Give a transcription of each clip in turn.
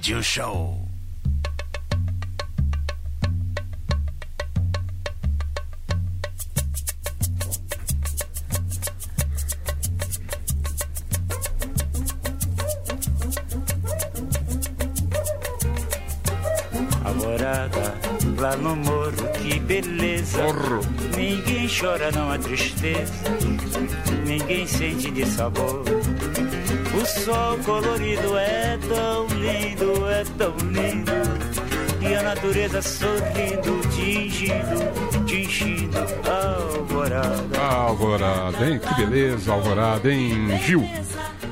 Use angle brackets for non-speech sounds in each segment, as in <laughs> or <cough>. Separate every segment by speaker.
Speaker 1: Tio Show.
Speaker 2: Alvorada, lá no morro, que beleza.
Speaker 3: Morro.
Speaker 2: Ninguém chora, não há tristeza. Ninguém sente de sabor. O sol colorido é tão lindo, é tão lindo. E a natureza sorrindo, tingindo, te enchendo a alvorada.
Speaker 3: Alvorada, hein? Que beleza, Alvorada, hein, Gil?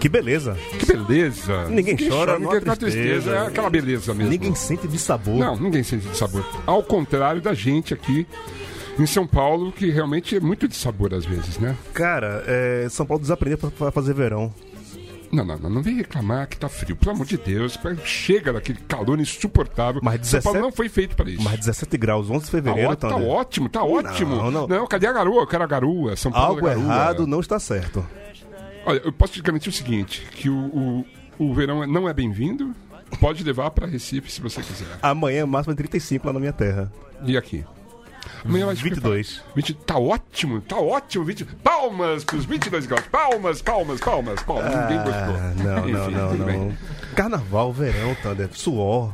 Speaker 4: Que beleza.
Speaker 3: Que beleza.
Speaker 4: Ninguém chora, não há
Speaker 3: ninguém dá tristeza.
Speaker 4: tristeza.
Speaker 3: É aquela beleza mesmo.
Speaker 4: Ninguém sente de sabor.
Speaker 3: Não, ninguém sente de sabor. Ao contrário da gente aqui em São Paulo, que realmente é muito de sabor às vezes, né?
Speaker 4: Cara, é, São Paulo desaprendeu pra- pra fazer verão.
Speaker 3: Não, não, não, não vem reclamar que tá frio, pelo amor de Deus. Chega daquele calor insuportável.
Speaker 4: Mas
Speaker 3: São Paulo
Speaker 4: 17
Speaker 3: não foi feito para isso.
Speaker 4: Mas 17 graus, 11 de
Speaker 3: Tá,
Speaker 4: fevereiro,
Speaker 3: ó- tá
Speaker 4: Thunder.
Speaker 3: ótimo, tá ótimo.
Speaker 4: Não, não.
Speaker 3: cadê a garoa? Eu quero a garoa. São Paulo
Speaker 4: Algo
Speaker 3: é garoa.
Speaker 4: errado não está certo.
Speaker 3: Olha, eu posso te garantir o seguinte, que o, o, o verão é- não é bem-vindo. Pode levar para Recife se você quiser.
Speaker 4: Amanhã é máxima de 35 lá na minha terra.
Speaker 3: E aqui? Amanhã vai ficar-
Speaker 4: 22.
Speaker 3: 20, tá ótimo, tá ótimo. 20, palmas pros 22 graus. Palmas, palmas, palmas, palmas. Ninguém <laughs> gostou.
Speaker 4: Ah, não, não,
Speaker 3: Enfim,
Speaker 4: não,
Speaker 3: tudo bem.
Speaker 4: não. Carnaval, verão, Thunder, suor.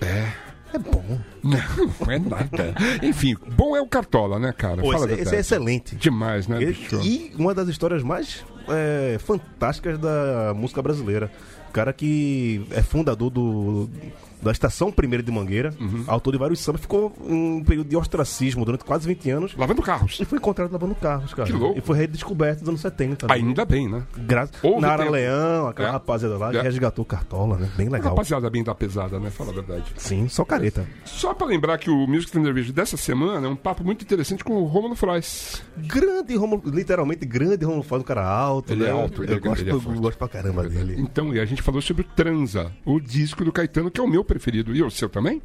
Speaker 4: É. É bom.
Speaker 3: Não, não é nada. Enfim, bom é o Cartola, né, cara?
Speaker 4: Pô,
Speaker 3: Fala
Speaker 4: esse,
Speaker 3: a
Speaker 4: esse é
Speaker 3: verdade.
Speaker 4: excelente.
Speaker 3: Demais, né, bicho?
Speaker 4: E, e uma das histórias mais é, fantásticas da música brasileira. O cara que é fundador do, da Estação Primeira de Mangueira,
Speaker 3: Uhum.
Speaker 4: autor de vários sambas, ficou um período de ostracismo durante quase 20 anos
Speaker 3: Lavando carros.
Speaker 4: e foi encontrado lavando carros, cara.
Speaker 3: Que louco.
Speaker 4: E foi redescoberto nos anos 70. né?
Speaker 3: Ainda bem, né?
Speaker 4: Graças.
Speaker 3: Houve
Speaker 4: Nara
Speaker 3: tempo.
Speaker 4: Leão, aquela
Speaker 3: É.
Speaker 4: rapaziada lá que
Speaker 3: É.
Speaker 4: resgatou Cartola, né? Bem legal.
Speaker 3: Rapaziada bem da pesada, né? Fala a verdade.
Speaker 4: Sim, só careta.
Speaker 3: Só pra lembrar que o Music Thunder Vision dessa semana é um papo muito interessante com o Romulo Frois.
Speaker 4: Grande Romulo, literalmente grande Romulo faz um cara alto,
Speaker 3: Ele
Speaker 4: né?
Speaker 3: é alto, ele é
Speaker 4: eu
Speaker 3: grande,
Speaker 4: gosto,
Speaker 3: ele é forte.
Speaker 4: eu gosto pra caramba dele.
Speaker 3: Então, e a gente falou sobre o Transa, o disco do Caetano, que é o meu preferido. E o seu também?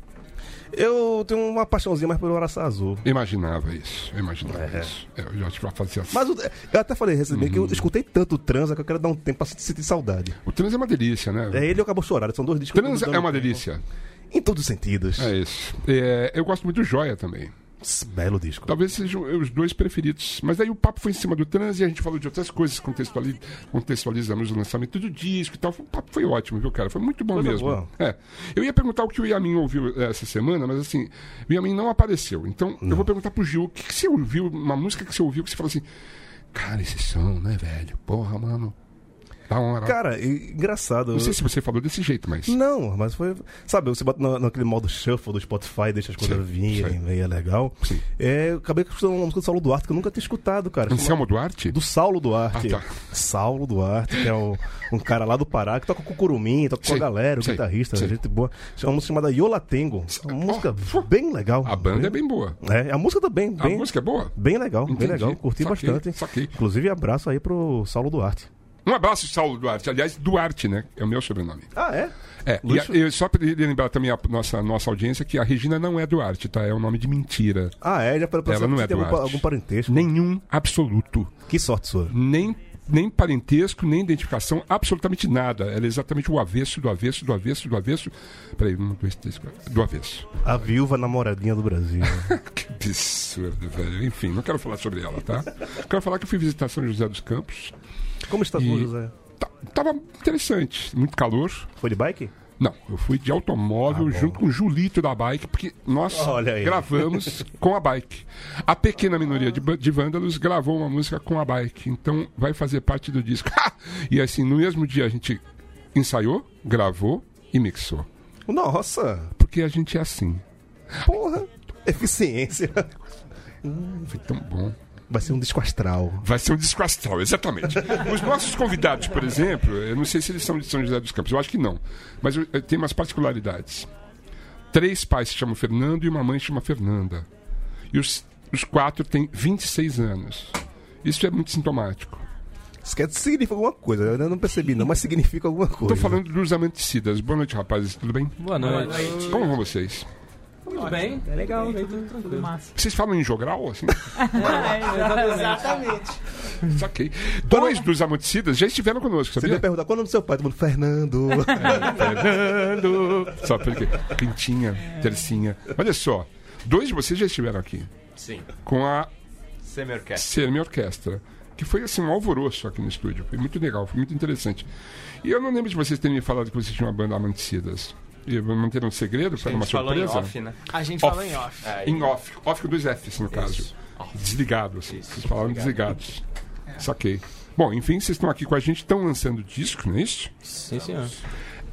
Speaker 4: Eu tenho uma paixãozinha mais pelo Araçá Azul.
Speaker 3: Imaginava isso, eu imaginava isso. É, eu já te fazia assim.
Speaker 4: Mas o- eu até falei recentemente
Speaker 3: Uhum.
Speaker 4: que eu escutei tanto o Transa que eu quero dar um tempo pra sentir saudade.
Speaker 3: O Transa é uma delícia, né?
Speaker 4: É ele e o Cabo Chorado, são dois discos. que eu
Speaker 3: Transa
Speaker 4: tô
Speaker 3: é
Speaker 4: dando
Speaker 3: uma
Speaker 4: tempo.
Speaker 3: delícia.
Speaker 4: Em todos os sentidos.
Speaker 3: É isso. É, eu gosto muito do Joia também.
Speaker 4: Esse Belo disco.
Speaker 3: Talvez sejam eh, os dois preferidos. Mas aí o papo foi em cima do trans e a gente falou de outras coisas, contextuali- contextualizamos o lançamento do disco e tal. O papo foi ótimo, viu, cara? Foi muito bom
Speaker 4: Coisa
Speaker 3: mesmo.
Speaker 4: boa.
Speaker 3: É. Eu ia perguntar o que o Yamin ouviu eh, essa semana, mas assim, o Yamin não apareceu. Então eu vou perguntar pro Gil, o que, que você ouviu, uma música que você ouviu que você falou assim, cara, esse som, né, velho? Porra, mano. Da hora.
Speaker 4: Cara, e- engraçado.
Speaker 3: não sei se você falou desse jeito, mas.
Speaker 4: Não, mas foi. Sabe, você bota na, naquele modo shuffle do Spotify, deixa as coisas
Speaker 3: Sim,
Speaker 4: virem,
Speaker 3: sim.
Speaker 4: aí é legal.
Speaker 3: Sim.
Speaker 4: É, eu acabei escutando uma música do Saulo Duarte que eu nunca tinha escutado, cara. Chama-
Speaker 3: Anselmo Duarte?
Speaker 4: é Do Saulo Duarte.
Speaker 3: Ah, tá.
Speaker 4: Saulo Duarte, que é um, um cara lá do Pará, que toca com o Curumim, toca com
Speaker 3: Sim,
Speaker 4: a galera, o
Speaker 3: sim,
Speaker 4: guitarrista,
Speaker 3: sim.
Speaker 4: gente boa. É uma música chamada Yolatengo. É Uma música bem legal.
Speaker 3: A banda é bem boa.
Speaker 4: É, a música também. Bem,
Speaker 3: A música é boa?
Speaker 4: bem legal,
Speaker 3: Entendi.
Speaker 4: bem legal. Curti
Speaker 3: Saquei,
Speaker 4: bastante.
Speaker 3: saquei.
Speaker 4: Inclusive, abraço aí pro Saulo Duarte.
Speaker 3: Um abraço, Saulo Duarte. Aliás, Duarte, né? É o meu sobrenome.
Speaker 4: Ah, é?
Speaker 3: É, e
Speaker 4: Luxo.
Speaker 3: a- eu só para lembrar também a nossa, nossa audiência que a Regina não é Duarte, tá? É um nome de mentira.
Speaker 4: Ah, é, já falei pra
Speaker 3: Ela
Speaker 4: você
Speaker 3: não
Speaker 4: se
Speaker 3: é
Speaker 4: tem algum,
Speaker 3: Duarte.
Speaker 4: algum parentesco.
Speaker 3: Nenhum absoluto.
Speaker 4: Que sorte sua.
Speaker 3: Nem, nem parentesco, nem identificação, absolutamente nada. Ela é exatamente o avesso do avesso do avesso do avesso. Peraí, um, dois, três, quatro. Do avesso. <laughs>
Speaker 4: A viúva namoradinha do Brasil.
Speaker 3: Que absurdo, velho. Enfim, não quero falar sobre ela, tá? Quero falar que eu fui visitar São José dos Campos.
Speaker 4: Como está,
Speaker 3: E-
Speaker 4: José?
Speaker 3: Tá- tava interessante, muito calor.
Speaker 4: Foi de bike?
Speaker 3: Não, eu fui de automóvel junto com o Julito da bike, porque nós
Speaker 4: Ah, Olha aí. <laughs>
Speaker 3: gravamos com a bike. A pequena minoria de, ba- de vândalos gravou uma música com a bike, então vai fazer parte do disco. <laughs> e assim, no mesmo dia a gente ensaiou, gravou e mixou.
Speaker 4: Nossa!
Speaker 3: Porque a gente é assim.
Speaker 4: Porra! Eficiência.
Speaker 3: Foi tão bom.
Speaker 4: Vai ser um disco astral.
Speaker 3: Vai ser um disco astral, exatamente. Os nossos convidados, por exemplo, eu não sei se eles são de São José dos Campos, eu acho que não. Mas eu- eu tenho umas particularidades. Três pais se chamam Fernando e uma mãe se chama Fernanda. E os, os quatro têm 26 anos. Isso é muito sintomático.
Speaker 4: Isso quer dizer significa alguma coisa. né? Eu ainda não percebi, não, mas significa alguma coisa.
Speaker 3: Estou falando dos amanticidas. Boa noite, rapazes, tudo bem?
Speaker 5: Boa noite.
Speaker 3: Como vão vocês?
Speaker 5: Tudo bem?
Speaker 6: É legal, tudo tranquilo.
Speaker 3: Vocês falam em jogral, assim?
Speaker 5: Exatamente.
Speaker 3: Saquei. Dois dos amanticidas já estiveram conosco,
Speaker 4: Você ia
Speaker 3: sabia?
Speaker 4: perguntar qual é o nome do seu pai? Todo mundo, Fernando.
Speaker 3: Fernando. Só porque. Quintinha, tercinha. Olha só. Dois de vocês já estiveram aqui.
Speaker 1: Sim.
Speaker 3: Com a
Speaker 1: Semi-orquestra.
Speaker 3: Sermi Orquestra. Que foi assim um alvoroço aqui no estúdio. Foi muito legal, foi muito interessante. E eu não lembro de vocês terem me falado que vocês tinham uma banda Amanticidas. E manter um segredo? Foi
Speaker 1: A
Speaker 3: uma
Speaker 1: gente falou em
Speaker 3: surpresa?
Speaker 1: off, né?
Speaker 5: A gente
Speaker 3: Off.
Speaker 5: falou em off.
Speaker 1: É,
Speaker 3: Em off. Off com dois Fs, no caso.
Speaker 1: Off.
Speaker 3: Desligados.
Speaker 1: Isso,
Speaker 3: Vocês falaram desligados. Saquei. Bom, enfim, vocês estão aqui com a gente, estão lançando disco, não é isso?
Speaker 5: Sim, senhor.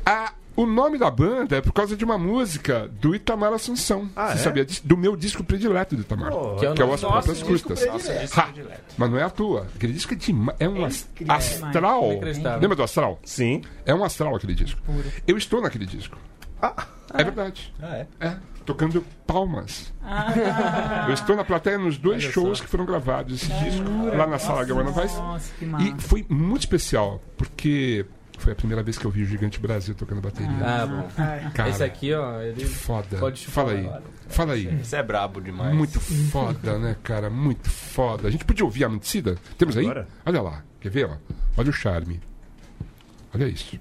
Speaker 3: A- o nome da banda é por causa de uma música do Itamar Assunção.
Speaker 4: Ah,
Speaker 3: você
Speaker 4: é?
Speaker 3: sabia disso? Do meu disco predileto do Itamar.
Speaker 4: Pô,
Speaker 3: que é o As
Speaker 5: nosso
Speaker 3: Próprias
Speaker 5: disco
Speaker 3: Custas.
Speaker 1: Nossa, disco
Speaker 3: Ha!
Speaker 1: predileto.
Speaker 3: Mas não é a tua. Aquele disco é, dema- é um as- astral.
Speaker 5: Inacreditável.
Speaker 3: Lembra do astral?
Speaker 4: <laughs> Sim.
Speaker 3: É um astral aquele disco. Eu estou naquele disco.
Speaker 4: Ah,
Speaker 3: É verdade.
Speaker 1: Ah, é?
Speaker 3: É, tocando palmas. Eu estou na plateia nos dois shows que foram gravados esse disco, lá na sala Gabriela Vaz.
Speaker 6: Nossa, que
Speaker 3: E
Speaker 6: massa.
Speaker 3: foi muito especial, porque foi a primeira vez que eu vi o Gigante Brasil tocando bateria.
Speaker 5: Ah, bom.
Speaker 3: Cara,
Speaker 5: Esse aqui, ó, ele.
Speaker 3: foda.
Speaker 5: Pode te
Speaker 3: Fala
Speaker 5: falar
Speaker 3: aí.
Speaker 5: agora.
Speaker 3: Fala aí.
Speaker 1: Você é brabo demais.
Speaker 3: Muito foda, né, cara? Muito foda. A gente podia ouvir a Manticida? Temos aí?
Speaker 4: Agora?
Speaker 3: Olha lá. Quer ver, ó? Olha o charme. Olha isso.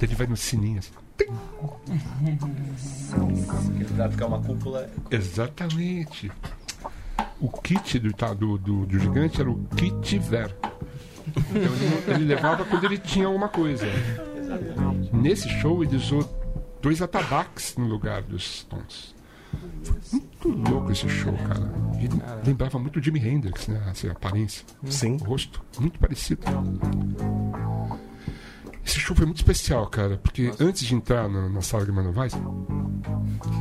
Speaker 3: Ele vai no sininho assim.
Speaker 1: Pra ficar uma cúpula.
Speaker 3: Exatamente. O kit do, tá, do, do, do gigante era o kit ver. Então, ele, ele levava quando ele tinha alguma coisa. Nesse show ele usou dois atabaques no lugar dos tons. Foi muito louco esse show, cara. Ele lembrava muito o Jimi Hendrix, né? Assim, a aparência
Speaker 4: sim.
Speaker 3: o Um rosto muito parecido. Esse show foi muito especial, cara, porque antes de entrar na, na sala de Mano Vaz,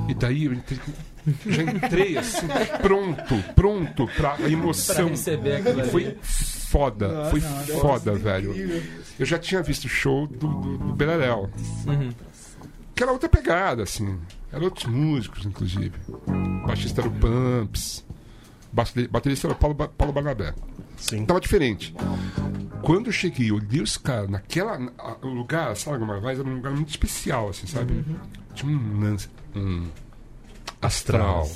Speaker 3: e daí eu entrei, já entrei assim, pronto, pronto pra
Speaker 5: Pra
Speaker 3: emoção.
Speaker 5: receber aquilo
Speaker 3: E
Speaker 5: ali.
Speaker 3: foi foda, foi foda, velho. Eu já tinha visto o show do, do, do Beleléu.
Speaker 5: Uhum.
Speaker 3: Que era outra pegada, assim. Eram outros músicos, inclusive. O baixista era o Pumps. bate- Baterista era o Paulo, Ba- Paulo Barnabé.
Speaker 4: Sim.
Speaker 3: Tava diferente. Quando eu cheguei, eu li os caras naquela. na- a- o lugar, a sala Gomarvaz era um lugar muito especial, assim, sabe?
Speaker 6: Uhum.
Speaker 3: Tinha um lance. Um astral.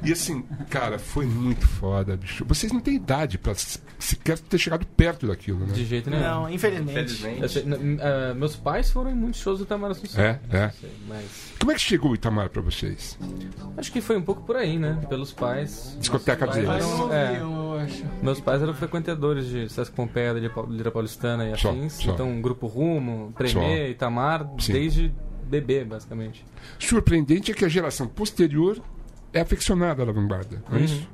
Speaker 3: E assim, cara, foi muito foda, bicho. Vocês não têm idade pra se- sequer ter chegado perto daquilo, né?
Speaker 5: De jeito nenhum.
Speaker 6: Não, infelizmente.
Speaker 5: Eu sei-
Speaker 1: Infelizmente.
Speaker 5: n- n- ah, meus pais foram em muitos shows do Itamar Assunção.
Speaker 3: É, é.
Speaker 5: Sei, Mas
Speaker 3: Como é que chegou o Itamar pra vocês?
Speaker 5: acho que foi um pouco por aí, né? Pelos pais.
Speaker 3: Discoteca
Speaker 5: Nossos
Speaker 3: deles.
Speaker 5: pais
Speaker 3: Mas
Speaker 5: eram- é, Meus pais eram frequentadores de Sescompeia, da Lira Paulistana e
Speaker 3: Só,
Speaker 5: afins.
Speaker 3: só.
Speaker 5: Então, Grupo Rumo,
Speaker 3: Só.
Speaker 5: Premier, Itamar,
Speaker 3: Sim.
Speaker 5: desde bebê, basicamente.
Speaker 3: Surpreendente é que a geração posterior é aficionada à vanguarda,
Speaker 6: Uhum.
Speaker 3: não é isso?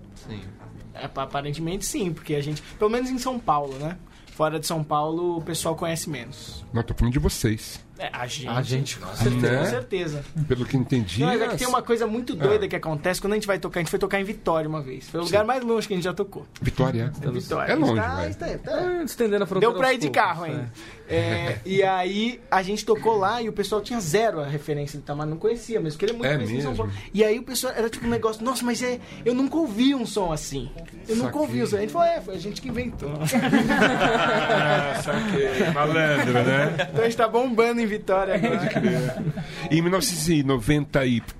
Speaker 6: É, aparentemente sim, porque a gente. Pelo menos em São Paulo, né? Fora de São Paulo, o pessoal conhece menos.
Speaker 3: Não, tô falando de vocês.
Speaker 6: É, a gente.
Speaker 5: A gente, com
Speaker 6: Com
Speaker 3: Né?
Speaker 6: certeza.
Speaker 3: Pelo que entendi.
Speaker 6: Uhum. Não, mas é que
Speaker 3: as-
Speaker 6: tem uma coisa muito doida que acontece quando a gente vai tocar. A gente foi tocar em Vitória uma vez. Foi o lugar mais longe que a gente já tocou.
Speaker 3: Vitória.
Speaker 6: Vitória. Tá,
Speaker 3: É longe,
Speaker 6: Está-
Speaker 3: vai.
Speaker 6: está- está-
Speaker 5: certeza. Estendendo a fronteira
Speaker 6: Deu pra
Speaker 5: aos
Speaker 6: ir de
Speaker 5: poucos,
Speaker 6: carro
Speaker 5: né?
Speaker 6: ainda. É, e aí a gente tocou lá e o pessoal tinha zero a referência do Itamar, não conhecia mesmo, porque ele é muito
Speaker 3: É
Speaker 6: conhecido em São
Speaker 3: mesmo?
Speaker 6: Paulo. E aí o pessoal era tipo um negócio, nossa, mas é, eu nunca ouvi um som assim. Eu nunca
Speaker 3: Saquei.
Speaker 6: ouvi um som. A gente falou, é, foi a gente que <laughs> inventou.
Speaker 3: Ah,
Speaker 6: <laughs> É,
Speaker 3: saquei. Malandro, né?
Speaker 6: Então a gente tá bombando em Vitória agora.
Speaker 3: Em 1994,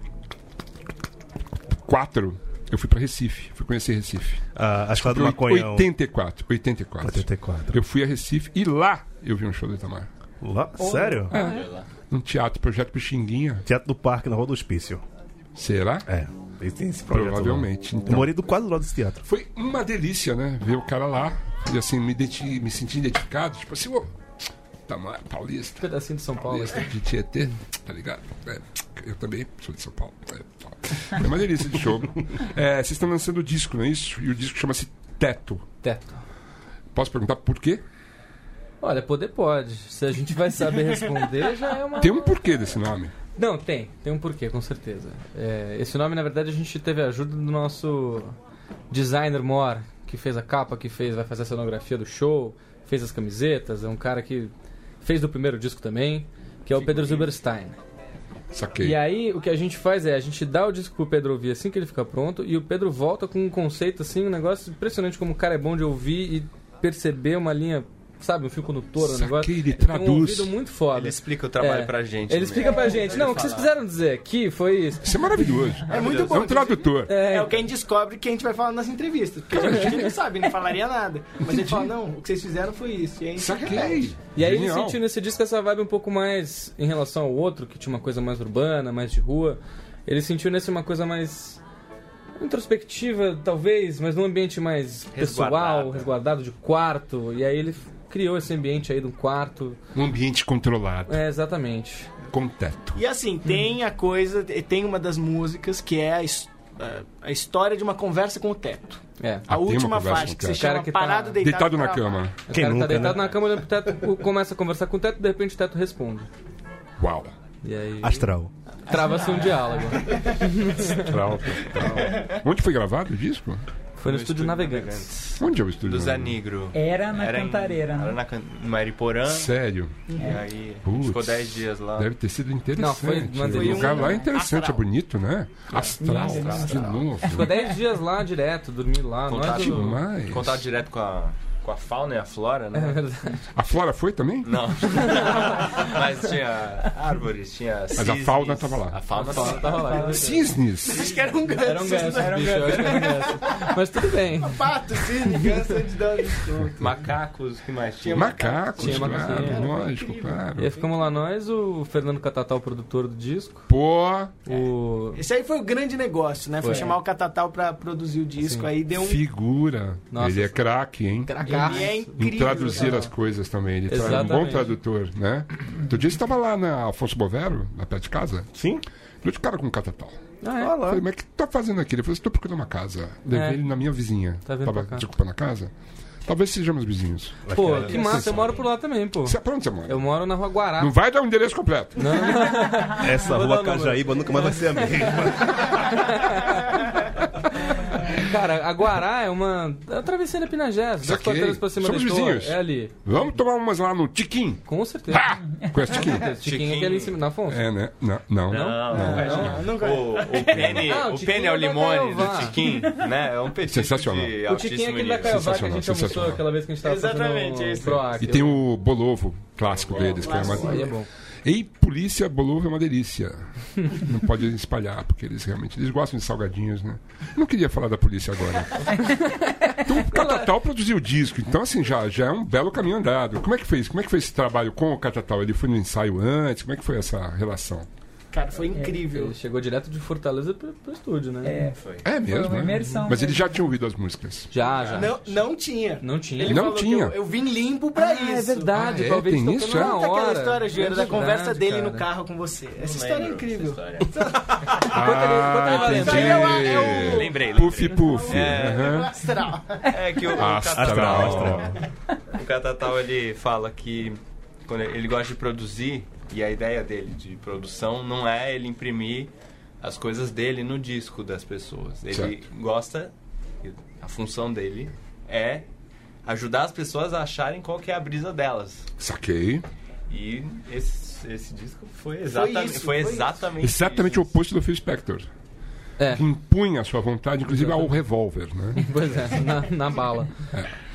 Speaker 3: eu fui pra Recife. Fui conhecer Recife.
Speaker 4: Ah, a escola do
Speaker 3: Foi
Speaker 4: maconhão.
Speaker 3: 84, 84.
Speaker 4: 84.
Speaker 3: Eu fui a Recife e lá eu vi um show do Itamar.
Speaker 4: Lá, sério?
Speaker 3: Num teatro, Projeto Pixinguinha.
Speaker 4: Teatro do Parque, na Rua do Hospício.
Speaker 3: Será?
Speaker 4: É. Ele tem esse projeto lá.
Speaker 3: Provavelmente.
Speaker 4: Eu
Speaker 3: Então,
Speaker 4: morei do quase do lado desse teatro.
Speaker 3: foi uma delícia, né? Ver o cara lá e assim, me, identi- me sentir identificado. Tipo assim, ô, Itamar, paulista.
Speaker 5: Um pedacinho de São Paulo.
Speaker 3: Paulista de Tietê, tá ligado? É, eu também sou de São Paulo. É, tá. É uma delícia de show. É, vocês estão lançando o disco, não é isso? E o disco chama-se Teto.
Speaker 5: Teto.
Speaker 3: Posso perguntar por quê?
Speaker 5: Olha, poder pode. Se a gente vai saber responder, já é uma.
Speaker 3: Tem um porquê desse nome.
Speaker 5: Não, tem. Tem um porquê, com certeza. É, esse nome, na verdade, a gente teve a ajuda do nosso designer Mor, que fez a capa, que fez, vai fazer a cenografia do show, fez as camisetas, é um cara que fez do primeiro disco também, que é o Pedro Zuberstein.
Speaker 3: Saquei.
Speaker 5: E aí, o que a gente faz é, a gente dá o disco pro Pedro ouvir assim que ele fica pronto, e o Pedro volta com um conceito, assim, um negócio impressionante, como o cara é bom de ouvir e perceber uma linha sabe, um fio condutor, um
Speaker 3: Saquei,
Speaker 5: negócio.
Speaker 3: ele
Speaker 5: tem
Speaker 3: traduz.
Speaker 5: Um ouvido muito foda.
Speaker 1: Ele explica o
Speaker 6: É.
Speaker 1: trabalho pra gente.
Speaker 5: Ele
Speaker 1: né?
Speaker 5: explica pra gente. Não, o que vocês quiseram dizer que foi isso.
Speaker 3: Isso é maravilhoso.
Speaker 6: É muito
Speaker 3: É
Speaker 6: bom.
Speaker 3: um tradutor.
Speaker 6: É o que a gente descobre que a gente vai falando nas entrevistas. Porque a gente não sabe, não falaria nada. Mas a gente fala, não, o que vocês fizeram foi isso. E a gente repete.
Speaker 3: Saquei.
Speaker 5: E aí ele
Speaker 3: Genial.
Speaker 5: sentiu nesse disco essa vibe um pouco mais em relação ao outro, que tinha uma coisa mais urbana, mais de rua. Ele sentiu nesse uma coisa mais introspectiva, talvez, mas num ambiente mais pessoal,
Speaker 1: Resguardado.
Speaker 5: resguardado de quarto. E aí ele f- criou esse ambiente aí de um quarto.
Speaker 3: Um ambiente controlado.
Speaker 5: É, exatamente.
Speaker 3: Contato.
Speaker 6: E assim, tem a coisa, tem uma das músicas que é a, his- a- a história de uma conversa com o teto.
Speaker 5: É.
Speaker 6: A
Speaker 3: Ah, tem uma
Speaker 6: última
Speaker 3: conversa
Speaker 6: faixa
Speaker 3: com
Speaker 6: que
Speaker 3: o
Speaker 6: se
Speaker 3: teto.
Speaker 6: chama
Speaker 5: Cara que tá
Speaker 6: Parado Deitado,
Speaker 3: Deitado na
Speaker 6: pra
Speaker 3: cama.
Speaker 5: O
Speaker 4: Quem
Speaker 5: cara
Speaker 4: nunca,
Speaker 5: tá deitado
Speaker 4: né?
Speaker 5: na cama olhando pro teto, o- começa a conversar com o teto, de repente o teto responde.
Speaker 3: Uau.
Speaker 5: E aí
Speaker 4: Astral.
Speaker 5: trava-se um diálogo.
Speaker 3: Trau, trau. Onde foi gravado o disco?
Speaker 5: Foi no, estúdio Navegantes.
Speaker 3: Onde é o estúdio?
Speaker 1: Do Zé Negro.
Speaker 7: Era na
Speaker 1: em-
Speaker 7: Cantareira, né?
Speaker 1: Era na can... no Mariporã.
Speaker 3: Sério.
Speaker 1: E aí,
Speaker 3: Putz.
Speaker 1: ficou 10 dias lá.
Speaker 3: Deve ter sido
Speaker 5: Não, foi-
Speaker 3: interessante.
Speaker 5: mas
Speaker 3: o
Speaker 5: ele-
Speaker 3: lugar lá é interessante,
Speaker 6: Astral.
Speaker 3: é bonito, né? Astral, de
Speaker 5: Ficou
Speaker 3: novo.
Speaker 5: 10 dias lá direto, dormi lá. é
Speaker 1: Contato,
Speaker 5: Nós, <laughs> o-
Speaker 3: Demais.
Speaker 1: contato direto com a, com a fauna e a flora, né?
Speaker 5: É verdade.
Speaker 3: A Flora foi também? <laughs>
Speaker 1: Não. Mas tinha árvores, tinha Mas
Speaker 3: a fauna tava lá.
Speaker 1: A fauna tava lá.
Speaker 5: Tava lá.
Speaker 3: Cisnes.
Speaker 6: Acho que era um ganso.
Speaker 5: Era um ganso,
Speaker 6: Era um
Speaker 5: bicho, eu acho que era um ganso. Mas tudo bem.
Speaker 6: pato, sim, ganso antes da...
Speaker 1: Macacos, o que mais tinha?
Speaker 3: Macacos,
Speaker 5: Tinha macaquinho,
Speaker 3: claro.
Speaker 5: era
Speaker 3: Lógico, claro.
Speaker 5: E aí ficamos lá nós, o Fernando Catatal, produtor do disco,
Speaker 3: Pô,
Speaker 5: o...
Speaker 6: Esse aí foi o grande negócio, né? Foi,
Speaker 5: Foi.
Speaker 6: chamar o Catatal pra produzir o disco, aí deu
Speaker 3: Então,
Speaker 6: um...
Speaker 3: figura.
Speaker 5: Nossa.
Speaker 3: Ele é craque, hein?
Speaker 6: Ele é incrível.
Speaker 3: Em traduzir
Speaker 6: cara.
Speaker 3: as coisas também. Ele é um
Speaker 5: Exatamente.
Speaker 3: bom tradutor, né? Outro dia estava lá na Alfonso Bovero, na perto de casa.
Speaker 4: Sim?
Speaker 3: Eu de cara com um catatal.
Speaker 5: Ah,
Speaker 4: Olha
Speaker 5: é?
Speaker 3: Eu
Speaker 4: lá.
Speaker 3: Falei, mas o que tu tá fazendo aqui? Ele falou, estou procurando uma casa. Levei
Speaker 5: É.
Speaker 3: ele na minha vizinha.
Speaker 5: Tá vindo
Speaker 3: Tava
Speaker 5: pra cá.
Speaker 3: desocupando a casa. Talvez sejamos vizinhos.
Speaker 5: Pô, que massa, eu moro por lá também, pô.
Speaker 3: Você, pra onde você mora?
Speaker 5: Eu moro na Rua Guará.
Speaker 3: Não vai dar o endereço completo.
Speaker 4: Essa
Speaker 5: Vou dar
Speaker 4: rua
Speaker 5: o número.
Speaker 4: Cajaíba nunca mais vai ser a mesma.
Speaker 5: Cara, a Guará é uma... É a travessia da Pinagés, duas
Speaker 3: Saquei.
Speaker 5: quarteiras pra cima
Speaker 3: Somos
Speaker 5: da Heitor.
Speaker 3: vizinhos.
Speaker 5: É ali.
Speaker 3: Vamos tomar umas lá no
Speaker 5: <laughs>
Speaker 3: Tiquim.
Speaker 5: Com certeza.
Speaker 3: Pá! Conhece Tiquim?
Speaker 5: Tiquinho é
Speaker 1: Tiquinho.
Speaker 5: ali em cima, na Afonso.
Speaker 3: É, né? Não, não.
Speaker 1: Não, não, vai, não. O, o Penny,
Speaker 5: Ah, o
Speaker 1: o
Speaker 5: Tiquinho
Speaker 1: Penny é o
Speaker 5: da
Speaker 1: limone
Speaker 5: Caiová.
Speaker 1: do Tiquim, né? É um petit
Speaker 3: Sensacional.
Speaker 1: de
Speaker 5: O Tiquinho é aquele
Speaker 1: altíssimo
Speaker 5: da
Speaker 1: nível.
Speaker 5: Caiová que a gente almoçou
Speaker 3: sensacional.
Speaker 5: aquela vez que a gente tava
Speaker 6: Exatamente,
Speaker 5: fazendo um
Speaker 6: esse.
Speaker 5: o Proac.
Speaker 3: E tem o Bolovo, clássico deles, que é uma...
Speaker 5: Aí é bom.
Speaker 3: Ei, polícia, Bolovo é uma delícia. Não pode espalhar, porque eles realmente eles gostam de salgadinhos, né? Não queria falar da polícia agora. Então, o Catatal produziu o disco, então assim, já, já é um belo caminho andado. Como é que fez? Como é que foi esse trabalho com o Catatal? Ele foi no ensaio antes? Como é que foi essa relação?
Speaker 6: Cara, foi incrível.
Speaker 5: Ele chegou direto de Fortaleza pro, pro estúdio, né?
Speaker 7: É,
Speaker 3: É mesmo,
Speaker 7: Foi uma
Speaker 3: né?
Speaker 7: imersão
Speaker 3: Mas ele
Speaker 7: mesmo.
Speaker 3: já tinha ouvido as músicas.
Speaker 5: Já, já.
Speaker 6: Não, não tinha.
Speaker 5: Não tinha.
Speaker 6: Ele
Speaker 3: Não
Speaker 6: falou que
Speaker 3: tinha.
Speaker 6: Eu, eu vim limpo pra
Speaker 5: Ah,
Speaker 6: isso.
Speaker 5: é verdade,
Speaker 3: Ah, é?
Speaker 5: talvez
Speaker 3: Tem
Speaker 5: tocando
Speaker 3: isso, é?
Speaker 5: na
Speaker 6: Conta aquela
Speaker 5: hora.
Speaker 6: história, Júlio, da
Speaker 5: é Verdade,
Speaker 6: conversa dele
Speaker 5: cara.
Speaker 6: no carro com você. Essa história é incrível.
Speaker 5: Ah, enquanto ele vai
Speaker 6: lembrar. Isso aí é o- é o-
Speaker 1: Lembrei,
Speaker 3: Puff, puff.
Speaker 1: É.
Speaker 3: Aham.
Speaker 6: Astral.
Speaker 1: É que o, o
Speaker 3: Astral.
Speaker 1: Catatal, o Catatal ele fala que quando ele ele gosta de produzir e a ideia dele de produção não é ele imprimir as coisas dele no disco das pessoas. Ele
Speaker 3: Certo.
Speaker 1: gosta, e a função dele é ajudar as pessoas a acharem qual que é a brisa delas.
Speaker 3: Saquei.
Speaker 1: E esse, esse disco foi exatamente,
Speaker 6: isso,
Speaker 1: foi
Speaker 6: foi
Speaker 1: exatamente,
Speaker 3: Exatamente o
Speaker 1: isso.
Speaker 3: oposto do Phil Spector.
Speaker 5: É.
Speaker 3: Que impunha a sua vontade, inclusive ao revólver, né?
Speaker 5: <laughs> Pois é, na, na bala.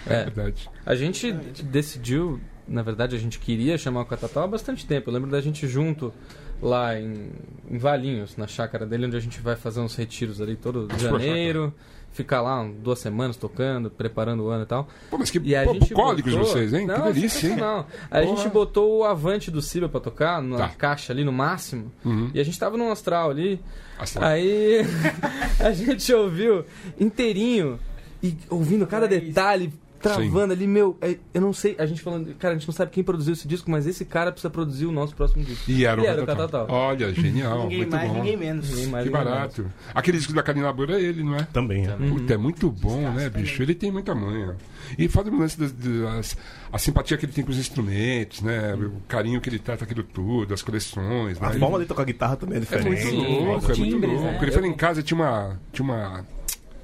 Speaker 3: É verdade.
Speaker 5: A gente decidiu, na verdade, a gente queria chamar o Catatal há bastante tempo. Eu lembro da gente junto lá em, em Valinhos, na chácara dele, onde a gente vai fazer uns retiros ali todo janeiro. Ficar lá um- duas semanas tocando, preparando o ano e tal.
Speaker 3: Pô, mas que
Speaker 5: E a
Speaker 3: pô,
Speaker 5: gente
Speaker 3: bucólicos
Speaker 5: botou-
Speaker 3: vocês, hein?
Speaker 5: Não,
Speaker 3: que delícia, hein?
Speaker 5: sensacional. A gente botou o Avante do Silva pra tocar, na
Speaker 3: Tá.
Speaker 5: caixa ali no máximo.
Speaker 3: Uhum. Ah,
Speaker 5: E a gente tava num astral ali.
Speaker 3: Astral.
Speaker 5: Aí <laughs> a gente ouviu inteirinho e ouvindo cada detalhe, travando ali, meu, é, eu não sei, a gente falando, cara, a gente não sabe quem produziu esse disco, mas esse cara precisa produzir o nosso próximo disco.
Speaker 3: E era o
Speaker 5: E era o
Speaker 3: Catatal.
Speaker 5: Catatal.
Speaker 3: Olha, genial.
Speaker 6: ninguém
Speaker 3: muito
Speaker 6: mais,
Speaker 3: bom.
Speaker 6: ninguém menos.
Speaker 5: Ninguém mais,
Speaker 3: Que
Speaker 5: ninguém
Speaker 3: barato. Aquele disco da Karina Labura é ele, não é?
Speaker 4: <laughs> Também. é.
Speaker 5: Uhum.
Speaker 3: Puta, é muito bom, né, bicho? Ele tem muita manha. E faz o lance das, das- a simpatia que ele tem com os instrumentos, né?
Speaker 5: Uhum.
Speaker 3: O carinho que ele trata aquilo tudo, as coleções.
Speaker 4: A
Speaker 3: né?
Speaker 4: forma de tocar guitarra também é
Speaker 3: É muito
Speaker 4: diferente.
Speaker 3: louco, é
Speaker 7: os
Speaker 3: muito
Speaker 7: timbres,
Speaker 3: louco.
Speaker 7: né?
Speaker 3: Ele foi lá em casa, tinha uma. Tinha uma.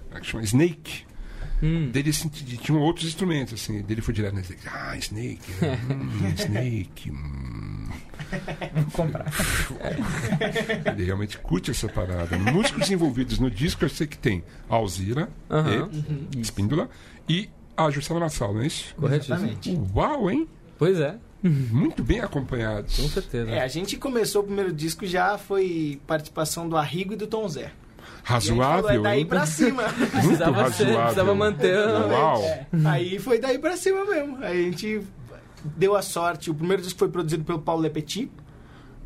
Speaker 3: Como é que chama? Snake.
Speaker 5: Hum.
Speaker 3: Dele assim, t- tinham outros instrumentos, assim. Dele foi direto na Snake. Ah, Snake. hum, snake. hum.
Speaker 7: Vou comprar.
Speaker 3: <laughs> Ele realmente curte essa parada. Músicos envolvidos no disco, eu sei que tem Alzira,
Speaker 5: Aham.
Speaker 3: e Espíndola e Ah, Ju estava na sala, não é isso?
Speaker 5: Corretíssimo.
Speaker 6: Exatamente.
Speaker 3: Uau, hein?
Speaker 5: Pois é,
Speaker 3: Muito bem acompanhados.
Speaker 5: com certeza.
Speaker 6: É, a gente começou o primeiro disco já foi participação do Arrigo e do Tom Zé. E a gente falou, é
Speaker 3: Razoável.
Speaker 6: daí
Speaker 3: hein?
Speaker 6: pra cima.
Speaker 3: Muito
Speaker 5: Precisava ser,
Speaker 3: razoável.
Speaker 5: precisava manter.
Speaker 3: Uau.
Speaker 6: É, aí foi daí pra cima mesmo. Aí a gente deu a sorte. O primeiro disco foi produzido pelo Paulo Lepetit.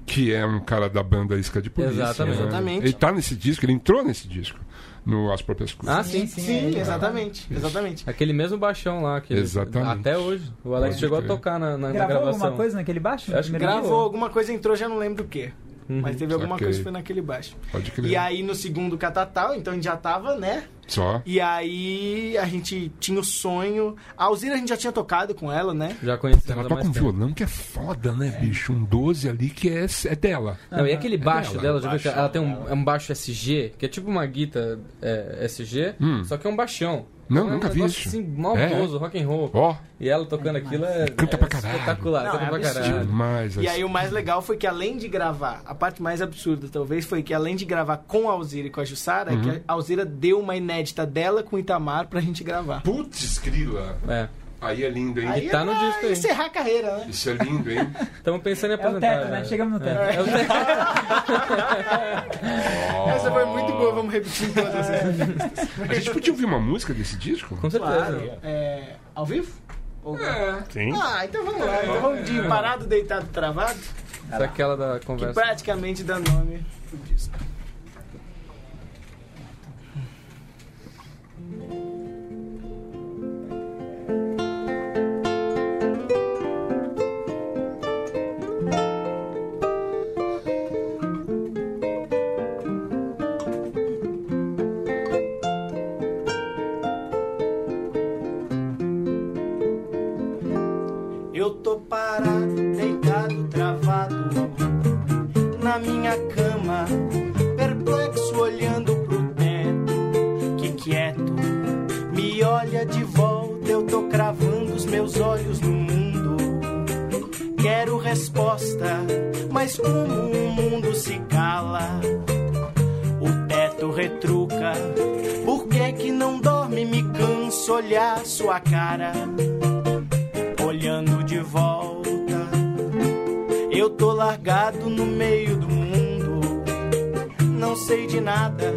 Speaker 3: Que é um cara da banda Isca de Polícia.
Speaker 5: Exatamente.
Speaker 3: né?
Speaker 6: Exatamente.
Speaker 3: Ele tá nesse disco, ele entrou nesse disco. No As Próprias Coisas.
Speaker 5: Ah, sim.
Speaker 6: Sim, exatamente. Exatamente.
Speaker 5: Aquele mesmo baixão lá. Que ele-
Speaker 3: Exatamente.
Speaker 5: Até hoje. O Alex
Speaker 3: Pode
Speaker 5: chegou
Speaker 3: crer.
Speaker 5: a tocar na, na- na
Speaker 7: Gravou
Speaker 5: gravação.
Speaker 7: alguma coisa naquele baixo?
Speaker 5: Eu acho que
Speaker 7: Primeiro
Speaker 5: gravou.
Speaker 6: Gravou alguma coisa, entrou, já não lembro o quê. Mas teve alguma
Speaker 3: saquei.
Speaker 6: coisa que foi naquele baixo.
Speaker 3: Pode crer.
Speaker 6: Ah, E aí no segundo catatal, então a gente já tava, né?
Speaker 3: Só.
Speaker 6: E aí a gente tinha o sonho. A Alzira a gente já tinha tocado com ela, né?
Speaker 5: Já conheci
Speaker 3: Ela toca um violão que é foda, né, bicho? Um 12 ali que é, é dela.
Speaker 5: Não, e aquele baixo
Speaker 3: dela,
Speaker 5: dela, já viu que ela tem um, é um baixo SG, que é tipo uma guita é, SG,
Speaker 3: Hum.
Speaker 5: só que é um baixão.
Speaker 3: Não,
Speaker 5: Então é um
Speaker 3: nunca vi
Speaker 5: negócio,
Speaker 3: isso.
Speaker 5: Assim, maldoso,
Speaker 3: É.
Speaker 5: rock and roll.
Speaker 3: Ó,
Speaker 5: E ela tocando aquilo é,
Speaker 3: canta
Speaker 5: é
Speaker 3: pra caralho.
Speaker 5: espetacular,
Speaker 6: Não,
Speaker 5: canta
Speaker 6: é
Speaker 5: pra
Speaker 6: absurdo.
Speaker 5: caralho.
Speaker 3: demais. assim.
Speaker 6: E aí o mais legal foi que além de gravar, a parte mais absurda talvez foi que além de gravar com a Alzira e com a Jussara, é
Speaker 5: Uhum.
Speaker 6: que a Alzira deu uma inédita dela com o Itamar pra gente gravar.
Speaker 3: Putz, grila.
Speaker 5: É.
Speaker 3: Aí é lindo, hein?
Speaker 6: Aí
Speaker 5: tá
Speaker 6: é
Speaker 5: no
Speaker 6: pra
Speaker 5: disco aí.
Speaker 6: encerrar a carreira, né?
Speaker 3: Isso é lindo, hein?
Speaker 5: Estamos pensando em
Speaker 7: É o
Speaker 5: aposentar.
Speaker 7: teto, né? Chegamos no teto.
Speaker 5: É, é o teto.
Speaker 6: <laughs> Essa foi muito boa, vamos repetir em <laughs> todas as
Speaker 3: A gente podia ouvir uma música desse disco?
Speaker 5: Com certeza.
Speaker 6: é, Ao vivo? Ou-
Speaker 4: Sim.
Speaker 6: Ah, então vamos lá. Então vamos de parado, deitado, travado,
Speaker 5: Isso é aquela da
Speaker 6: que
Speaker 5: conversa.
Speaker 6: praticamente dá nome pro disco. Eu tô parado, deitado, travado na minha cama, perplexo olhando pro teto, que quieto me olha de volta. Eu tô cravando os meus olhos no mundo. Quero resposta, mas como o mundo se cala, o teto retruca. Por que que não dorme? Me canso olhar sua cara olhando de volta. Eu tô largado no meio do mundo, não sei de nada,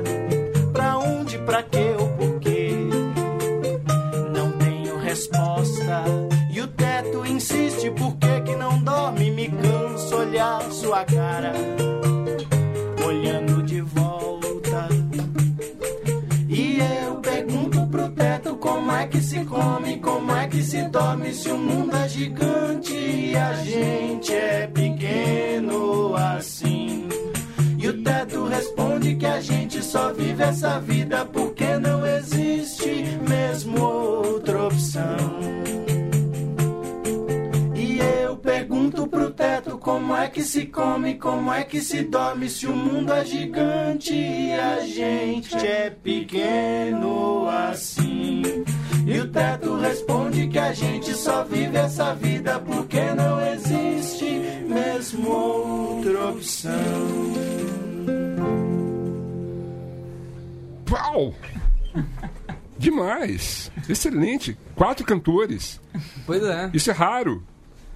Speaker 6: pra onde, pra que ou porquê. Não tenho resposta, e o teto insiste, por que que não dorme? Me canso olhar sua cara, olhando de volta. E eu pergunto pro teto como é que se come, como é que se dorme se o mundo é gigante e a gente é pequeno assim. E o teto responde que a gente só vive essa vida porque não existe mesmo outra opção. E eu pergunto pro teto como é que se come, como é que se dorme se o mundo é gigante e a gente é pequeno assim. E o teto responde que a gente só vive essa vida porque não existe mesmo outra opção.
Speaker 3: Pau! Demais! Excelente! Quatro cantores.
Speaker 5: Pois é.
Speaker 3: Isso é raro.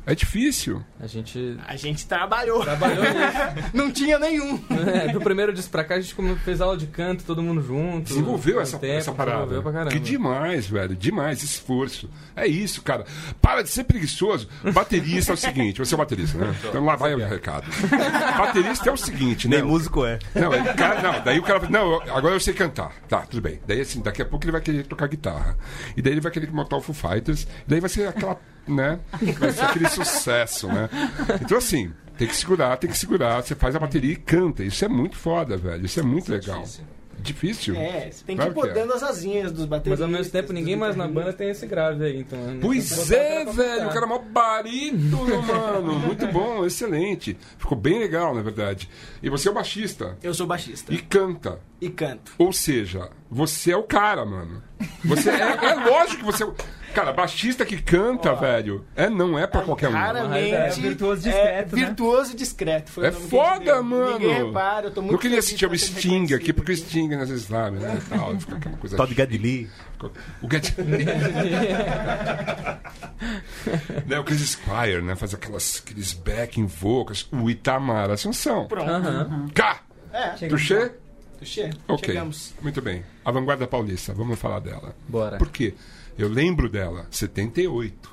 Speaker 3: É difícil.
Speaker 5: A gente <laughs>
Speaker 6: A gente trabalhou,
Speaker 5: trabalhou nisso.
Speaker 6: <laughs> não tinha nenhum.
Speaker 5: É, do primeiro disco pra cá, a gente como fez aula de canto, todo mundo junto.
Speaker 3: Desenvolveu
Speaker 5: com o
Speaker 3: essa,
Speaker 5: tempo,
Speaker 3: essa parada.
Speaker 5: Desenvolveu pra caramba.
Speaker 3: Que demais, velho. Demais, esforço. É isso, cara. Para de ser preguiçoso. Baterista é o seguinte. Você é baterista, né? Então lá vai o recado. Baterista é o seguinte, né?
Speaker 4: Nem músico é.
Speaker 3: Não, aí o cara, não, daí o cara fala, não, eu- agora eu sei cantar. Tá, tudo bem. Daí assim, daqui a pouco ele vai querer tocar guitarra. E daí ele vai querer montar o Foo Fighters. E daí vai ser aquela, né? Vai ser aquele sucesso, né? Então assim, tem que segurar, tem que segurar. Você faz a bateria e canta. Isso é muito foda, velho. Isso é muito legal. Difícil?
Speaker 6: tem
Speaker 3: Claro que é.
Speaker 6: as asinhas dos bateristas.
Speaker 5: Mas ao mesmo tempo, ninguém mais na banda tem esse grave aí, então. né? Então,
Speaker 3: Pois
Speaker 5: botar
Speaker 3: é,
Speaker 5: o cara pra
Speaker 3: velho.
Speaker 5: tocar.
Speaker 3: O cara é mó barítono, mano. Muito bom, excelente. Ficou bem legal, na verdade. E você é o baixista.
Speaker 6: Eu sou baixista
Speaker 3: E canta.
Speaker 6: e canto.
Speaker 3: Ou seja, você é o cara, mano. Você é, é lógico que você é o. Cara, baixista que canta, velho, é, não é pra qualquer um.
Speaker 7: Raramente.
Speaker 8: É virtuoso discreto, né?
Speaker 7: virtuoso discreto. Foi
Speaker 3: É
Speaker 7: o nome que a gente
Speaker 3: foda,
Speaker 7: deu.
Speaker 3: mano.
Speaker 7: Ninguém repara, eu tô muito
Speaker 3: eu queria
Speaker 7: feliz
Speaker 3: assistir
Speaker 7: por
Speaker 3: o
Speaker 7: ter
Speaker 3: Sting aqui,
Speaker 7: reconhecido.
Speaker 3: porque o Sting às vezes lá, né? e Tal, fica aquela coisa
Speaker 4: Tal de Gadili.
Speaker 3: chique. O é Get... né, o Chris Squire, né? Faz aquelas, aqueles backing vocals. O Itamar Assunção.
Speaker 7: Pronto.
Speaker 3: Cá!
Speaker 7: É,
Speaker 3: Tuxê?
Speaker 7: che-
Speaker 3: Ah, Ok.
Speaker 7: chegamos.
Speaker 3: Muito bem. A Vanguarda Paulista, vamos falar dela.
Speaker 5: Bora.
Speaker 3: Por quê? Eu lembro dela, 78.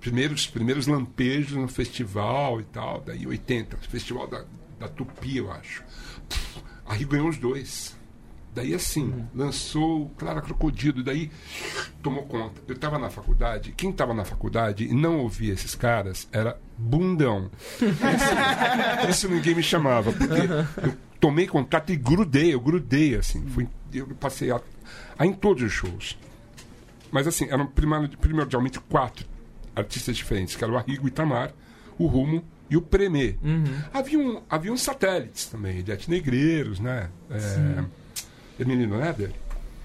Speaker 3: Primeiros, primeiros lampejos no festival e tal, daí 80, festival da, da Tupi, eu acho. Pff, Aí ganhou os dois. Daí assim, lançou Clara Crocodilo, daí tomou conta. Eu estava na faculdade, quem estava na faculdade e não ouvia esses caras era bundão. Isso, isso ninguém me chamava, porque eu tomei contato e grudei, eu grudei assim. Fui, eu passei a, a em todos os shows. Mas assim, eram primar- primordialmente quatro artistas diferentes, que era o Arrigo, o Itamar, o Rumo e o Premê.
Speaker 5: Uhum.
Speaker 3: Havia, um, havia uns satélites também, de Negreiros, né? É, Hermelino Neder?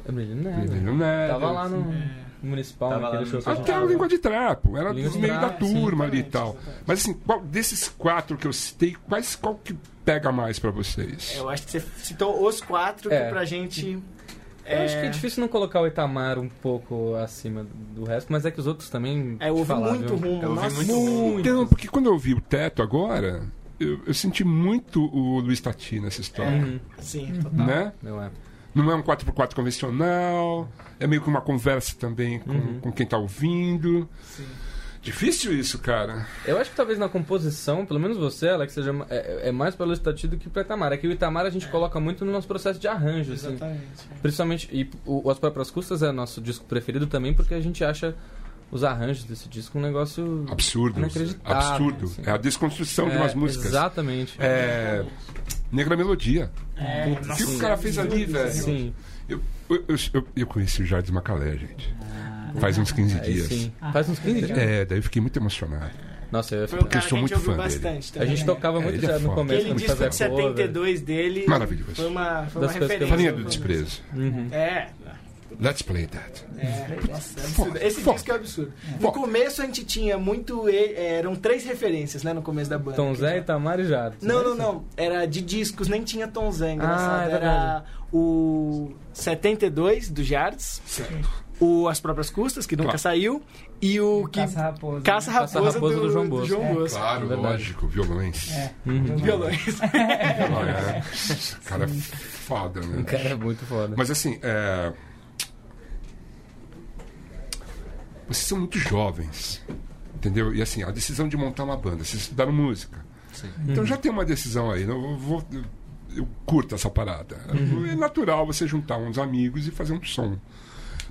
Speaker 5: Eu me lembro, né?
Speaker 3: Hermelino Neder.
Speaker 5: Tava lá no municipal,
Speaker 1: Tava lá
Speaker 5: naquele
Speaker 1: no-
Speaker 5: show que a gente
Speaker 3: Até o
Speaker 5: tava.
Speaker 3: língua de trapo, era
Speaker 5: Língua
Speaker 3: dos
Speaker 5: de
Speaker 3: meio da
Speaker 5: Trapo, sim,
Speaker 3: turma ali e tal. Mas assim, qual desses quatro que eu citei, quais qual que pega mais pra vocês?
Speaker 7: É, Eu acho que você citou os quatro
Speaker 5: É.
Speaker 7: que pra gente.
Speaker 5: Eu acho que é difícil não colocar o Itamar um pouco acima do resto, mas é que os outros também.
Speaker 7: É, eu ouvi
Speaker 5: te falar,
Speaker 7: muito
Speaker 5: viu?
Speaker 7: rumo.
Speaker 1: Eu ouvi
Speaker 7: Nossa,
Speaker 1: muito
Speaker 3: Então, porque quando eu vi o teto agora, eu, eu senti muito o Luiz Tati nessa história,
Speaker 5: Uhum.
Speaker 7: Sim, total.
Speaker 3: né?
Speaker 5: Não é.
Speaker 3: Não é um 4x4 convencional, é meio que uma conversa também com,
Speaker 5: Uhum.
Speaker 3: com quem tá ouvindo. Difícil isso, cara.
Speaker 5: Eu acho que talvez na composição, pelo menos você, Alex, seja, é, é mais pelo Estati do que pro Itamar. É que o Itamar a gente coloca muito no nosso processo de arranjo, assim.
Speaker 7: Exatamente.
Speaker 5: Principalmente, e o, o As Próprias Custas é nosso disco preferido também, porque a gente acha os arranjos desse disco um negócio
Speaker 3: Absurdo.
Speaker 5: Inacreditável,
Speaker 3: Absurdo.
Speaker 5: assim.
Speaker 3: É a desconstrução de
Speaker 5: É,
Speaker 3: umas músicas.
Speaker 5: Exatamente.
Speaker 3: É. Negra Melodia.
Speaker 7: É,
Speaker 3: O que o cara fez ali, velho?
Speaker 5: Sim,
Speaker 3: Eu, eu, eu, eu- eu conheci o Jardim Macalé, gente. Faz uns 15
Speaker 5: Ah, é, aí
Speaker 3: dias.
Speaker 5: sim. Faz uns 15 dias.
Speaker 3: É, daí eu fiquei muito emocionado.
Speaker 5: Nossa, eu ia ficar-
Speaker 7: foi um
Speaker 3: Porque eu
Speaker 7: cara que
Speaker 3: sou
Speaker 7: a gente
Speaker 3: muito
Speaker 7: ouviu
Speaker 3: fã dele.
Speaker 7: bastante
Speaker 5: A gente
Speaker 7: também. né?
Speaker 5: tocava
Speaker 3: É,
Speaker 5: muito
Speaker 3: ele é
Speaker 5: já no
Speaker 3: foda.
Speaker 5: começo,
Speaker 7: Aquele
Speaker 5: quando
Speaker 7: disco de
Speaker 5: fazia cover.
Speaker 7: 72 dele
Speaker 3: Maravilhoso.
Speaker 7: foi uma, foi uma
Speaker 5: Das coisas que eu
Speaker 7: referência.
Speaker 3: Farinha do desprezo.
Speaker 5: Uhum.
Speaker 7: É,
Speaker 3: Let's play that.
Speaker 7: é, nossa, é absurdo.
Speaker 3: Foda,
Speaker 7: Esse
Speaker 3: foda.
Speaker 7: disco é absurdo. No
Speaker 3: Foda.
Speaker 7: começo a gente tinha muito. e- é, Eram três referências, né? No começo da banda.
Speaker 5: Tom
Speaker 7: Que
Speaker 5: Zé,
Speaker 7: já-
Speaker 5: Itamar e né? Jardim.
Speaker 7: Não, não, não. Era de discos, nem tinha Tom Zé,
Speaker 5: Ah, é
Speaker 7: engraçado.
Speaker 5: verdade.
Speaker 7: Era o 72 do Jards, o As Próprias Custas, que nunca
Speaker 3: Claro.
Speaker 7: saiu, e o que.
Speaker 8: Caça raposa.
Speaker 7: Caça né, Raposa,
Speaker 5: Caça Raposa do João Bosco. É,
Speaker 7: Bosco.
Speaker 3: Claro,
Speaker 5: verdade.
Speaker 3: lógico. Violões.
Speaker 8: É.
Speaker 5: Uhum.
Speaker 7: Violões.
Speaker 3: Olha, cara, é foda, né?
Speaker 5: O <laughs> cara é muito foda.
Speaker 3: Mas assim, é... vocês são muito jovens, entendeu? E assim, a decisão de montar uma banda, vocês estudaram música. Então já tem uma decisão aí. né? Eu, vou, eu curto essa parada. É natural você juntar uns amigos e fazer um som.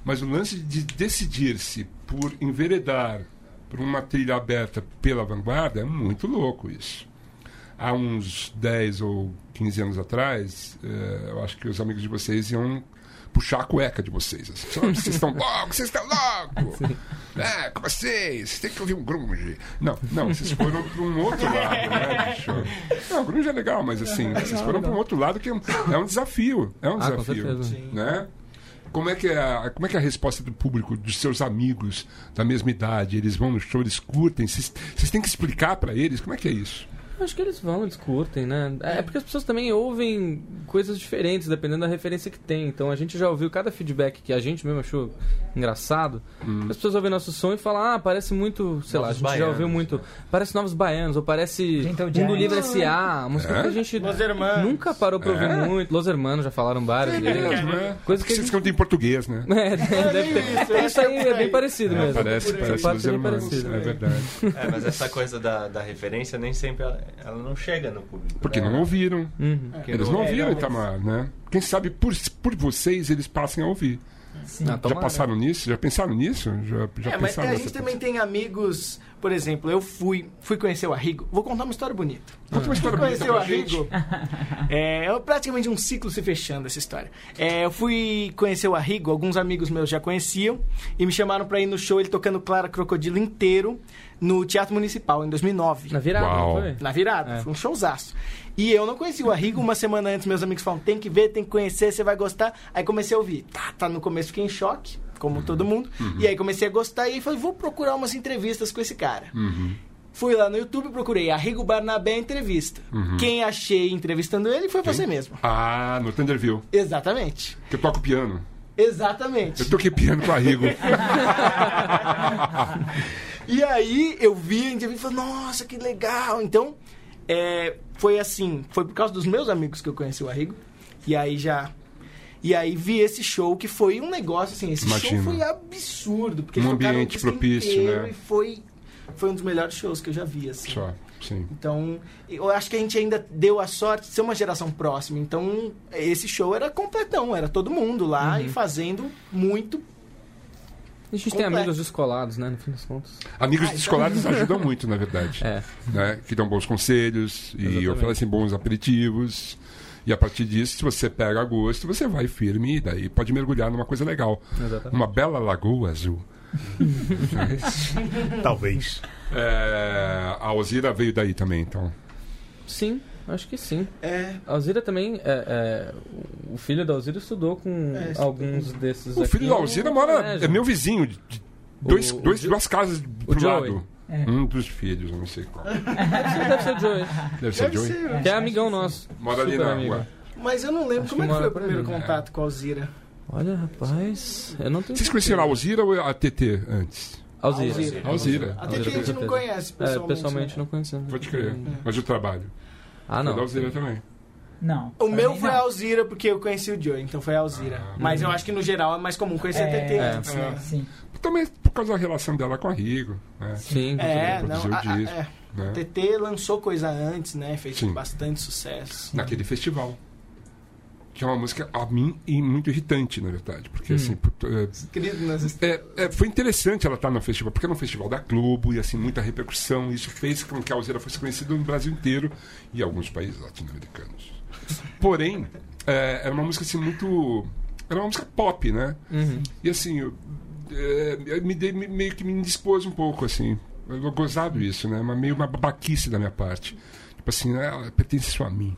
Speaker 3: Mas o lance de decidir-se por enveredar por uma trilha aberta pela vanguarda é muito louco isso há uns 10 ou 15 anos atrás, eh, eu acho que os amigos de vocês iam puxar a cueca de vocês. assim, "Sabe, vocês
Speaker 5: <laughs>
Speaker 3: estão loucos, vocês estão loucos! É, como assim? Vocês têm que ouvir um grunge. Não, não, vocês foram para um outro lado, né, bicho? Não, grunge é legal, mas assim, vocês foram para um outro lado que é um, é um desafio. É um
Speaker 5: Ah, com
Speaker 3: desafio.
Speaker 5: certeza.
Speaker 3: né? Como é, que é a, como é que é a resposta do público, dos seus amigos da mesma idade? Eles vão no show, eles curtem? Vocês vocês têm que explicar para eles? Como é que é isso?
Speaker 5: Acho que eles vão, eles curtem, né? É porque as pessoas também ouvem coisas diferentes, dependendo da referência que tem. Então a gente já ouviu cada feedback que a gente mesmo achou engraçado.
Speaker 3: Hum.
Speaker 5: As pessoas ouvem nosso som e falam, ah, parece muito, sei lá, a
Speaker 1: Novos
Speaker 5: gente já ouviu
Speaker 1: Baianos,
Speaker 5: muito. Parece Novos Baianos, ou parece Um
Speaker 8: Gentle
Speaker 5: Mundo
Speaker 8: Giants. É?
Speaker 5: Livre S.A., umas coisas que a gente
Speaker 7: Los Hermanos.
Speaker 5: nunca parou pra ouvir
Speaker 3: É?
Speaker 5: muito. Los Hermanos, já falaram vários deles.
Speaker 3: né? Coisa
Speaker 5: Coisa que
Speaker 3: que
Speaker 5: a
Speaker 3: vocês
Speaker 5: gente-
Speaker 3: cantam em português, né?
Speaker 5: <laughs> É, deve ter. É, Isso aí é bem parecido mesmo.
Speaker 3: Parece,
Speaker 5: Essa
Speaker 3: parece
Speaker 5: parte
Speaker 3: os
Speaker 5: é bem
Speaker 3: irmãos.
Speaker 5: parecida.
Speaker 3: É verdade.
Speaker 1: É, mas essa coisa da, da referência nem sempre ela, ela não chega no público.
Speaker 3: Porque
Speaker 5: É.
Speaker 1: né?
Speaker 3: não ouviram.
Speaker 5: Uhum.
Speaker 1: Porque
Speaker 3: Eles não
Speaker 1: é,
Speaker 3: ouviram Itamar, né? Quem sabe por, por vocês eles passem a ouvir.
Speaker 8: Sim.
Speaker 5: Ah,
Speaker 3: Já
Speaker 5: tomara.
Speaker 3: passaram nisso? Já pensaram nisso? Já, já
Speaker 7: <laughs> É, mas
Speaker 3: pensaram
Speaker 7: a
Speaker 3: nessa
Speaker 7: gente
Speaker 3: coisa?
Speaker 7: também tem amigos, por exemplo, eu fui, fui conhecer o Arrigo. Vou contar uma história bonita.
Speaker 3: Conta uma história bonita
Speaker 7: Conheceu o
Speaker 3: pra gente.
Speaker 7: Arrigo? <laughs> É, é praticamente um ciclo se fechando essa história. É, eu fui conhecer o Arrigo, alguns amigos meus já conheciam, e me chamaram pra ir no show ele tocando Clara Crocodilo inteiro no Teatro Municipal, em 2009.
Speaker 5: Na virada,
Speaker 3: Uau.
Speaker 5: não foi?
Speaker 7: Na virada,
Speaker 5: É.
Speaker 7: foi um showzaço. E eu não conhecia o Arrigo, uma semana antes meus amigos falaram, tem que ver, tem que conhecer, você vai gostar. Aí comecei a ouvir. Tá, tá, no começo fiquei em choque. como todo mundo. E aí comecei a gostar e aí falei, vou procurar umas entrevistas com esse cara. Fui lá no YouTube, procurei Arrigo Barnabé entrevista. Quem achei entrevistando ele foi você mesmo.
Speaker 3: Ah, no Thunderville.
Speaker 7: Exatamente.
Speaker 3: Que eu toco piano.
Speaker 7: Exatamente.
Speaker 3: Eu toquei piano com a
Speaker 5: <laughs>
Speaker 3: Rigo.
Speaker 7: E aí eu vi a entrevista e falei, nossa, que legal. Então, é, foi assim, foi por causa dos meus amigos que eu conheci o Arrigo. E aí já. E aí vi esse show que foi um negócio, assim, esse
Speaker 3: Imagino.
Speaker 7: show foi absurdo. Porque
Speaker 3: Um
Speaker 7: eles tocaram
Speaker 3: ambiente
Speaker 7: o disco
Speaker 3: propício,
Speaker 7: inteiro
Speaker 3: né?
Speaker 7: E foi, foi um dos melhores shows que eu já vi, assim.
Speaker 3: Só, sim.
Speaker 7: Então, eu acho que a gente ainda deu a sorte de ser uma geração próxima. Então, esse show era completão, era todo mundo lá
Speaker 3: Uhum.
Speaker 7: e fazendo muito.
Speaker 5: A gente tem
Speaker 7: Completo.
Speaker 5: amigos descolados, né? No fim das contas.
Speaker 3: Amigos descolados ajudam muito, na verdade.
Speaker 5: Ah, então- É.
Speaker 3: Né? Que dão bons conselhos e
Speaker 5: Exatamente.
Speaker 3: oferecem bons aperitivos. E a partir disso, se você pega gosto, você vai firme e daí pode mergulhar numa coisa legal.
Speaker 5: É, Exatamente.
Speaker 3: Uma bela lagoa azul.
Speaker 4: Hum. Talvez.
Speaker 3: É, a Alzira veio daí também, então.
Speaker 5: Sim, acho que sim.
Speaker 7: É,
Speaker 5: A Alzira também. é, é, o filho da Alzira estudou com
Speaker 7: É, estudou.
Speaker 5: alguns desses.
Speaker 3: O filho
Speaker 5: aqui
Speaker 3: da
Speaker 5: no
Speaker 3: Alzira mora.
Speaker 5: colégio.
Speaker 3: É meu vizinho. de- de dois,
Speaker 5: O- o
Speaker 3: dois,
Speaker 5: Joe-
Speaker 3: duas casas pro
Speaker 5: Joey. É.
Speaker 3: lado. Um dos filhos, eu não sei qual.
Speaker 5: <laughs> Deve ser o
Speaker 7: <laughs>
Speaker 5: Joey.
Speaker 3: Deve ser Joey.
Speaker 7: né?
Speaker 5: Que é amigão nosso.
Speaker 3: Mora ali
Speaker 5: super
Speaker 3: na
Speaker 5: amigo.
Speaker 3: rua.
Speaker 7: Mas eu não lembro
Speaker 5: Acho
Speaker 7: como é
Speaker 5: que
Speaker 7: que foi
Speaker 5: mora
Speaker 7: o
Speaker 5: por
Speaker 7: primeiro
Speaker 5: ali,
Speaker 3: né?
Speaker 7: contato com a Alzira.
Speaker 5: Olha, rapaz. Eu não tenho.
Speaker 3: Vocês conheceram a
Speaker 5: certeza.
Speaker 3: Alzira ou a TT antes?
Speaker 5: Alzira.
Speaker 7: Alzira.
Speaker 3: Alzira.
Speaker 7: Até
Speaker 5: Alzira,
Speaker 7: que a gente
Speaker 5: com
Speaker 7: não
Speaker 5: certeza.
Speaker 7: conhece
Speaker 5: É,
Speaker 7: pessoalmente.
Speaker 5: pessoalmente
Speaker 7: né?
Speaker 5: não conhecemos.
Speaker 3: Pode crer. Mas o trabalho.
Speaker 5: Hum. Ah,
Speaker 3: Foi
Speaker 5: não.
Speaker 3: da Alzira também.
Speaker 8: Não.
Speaker 7: O
Speaker 8: pra
Speaker 7: meu
Speaker 8: mim
Speaker 7: foi a
Speaker 8: não.
Speaker 7: Alzira, porque eu conheci o Joe, então foi a Alzira.
Speaker 3: Ah,
Speaker 7: Mas eu acho que no geral é mais comum conhecer a TT
Speaker 8: É,
Speaker 7: antes,
Speaker 8: é,
Speaker 7: né?
Speaker 8: Sim.
Speaker 3: Também por causa da relação dela com a Rigo. Né?
Speaker 5: Sim, com certeza.
Speaker 7: É, não.
Speaker 3: produziu
Speaker 7: A,
Speaker 3: o disco,
Speaker 7: a, é.
Speaker 3: né?
Speaker 7: TT lançou coisa antes, né? Fez
Speaker 3: Sim.
Speaker 7: bastante sucesso.
Speaker 3: Naquele festival. Que é uma música a mim e muito irritante, na verdade. Porque
Speaker 5: Hum.
Speaker 3: assim. puto- é,
Speaker 7: Querido nas
Speaker 3: É, é, foi interessante ela estar no festival, porque era um festival da Globo e assim, muita repercussão. e Isso fez com que a Alzira fosse conhecida no Brasil inteiro e alguns países latino-americanos. Porém, é, era uma música assim muito. Era uma música pop, né?
Speaker 5: Uhum.
Speaker 3: E assim, eu, é, eu me dei- me- meio que me indispôs um pouco, assim. Eu gozado isso, né? Uma, meio uma babaquice da minha parte. Tipo assim, ah, ela pertence só a mim.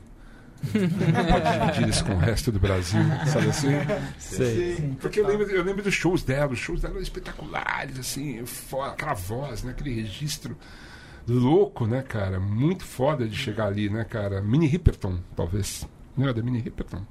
Speaker 3: Não pode dividir isso com o resto do Brasil, sabe assim?
Speaker 5: Sei.
Speaker 3: Porque eu lembro, eu lembro dos shows dela, os shows dela eram espetaculares, assim, foda, aquela voz, né, aquele registro louco, né, cara? Muito foda de chegar ali, né, cara? Mini Ripperton, talvez. Não era da Mini Ripperton?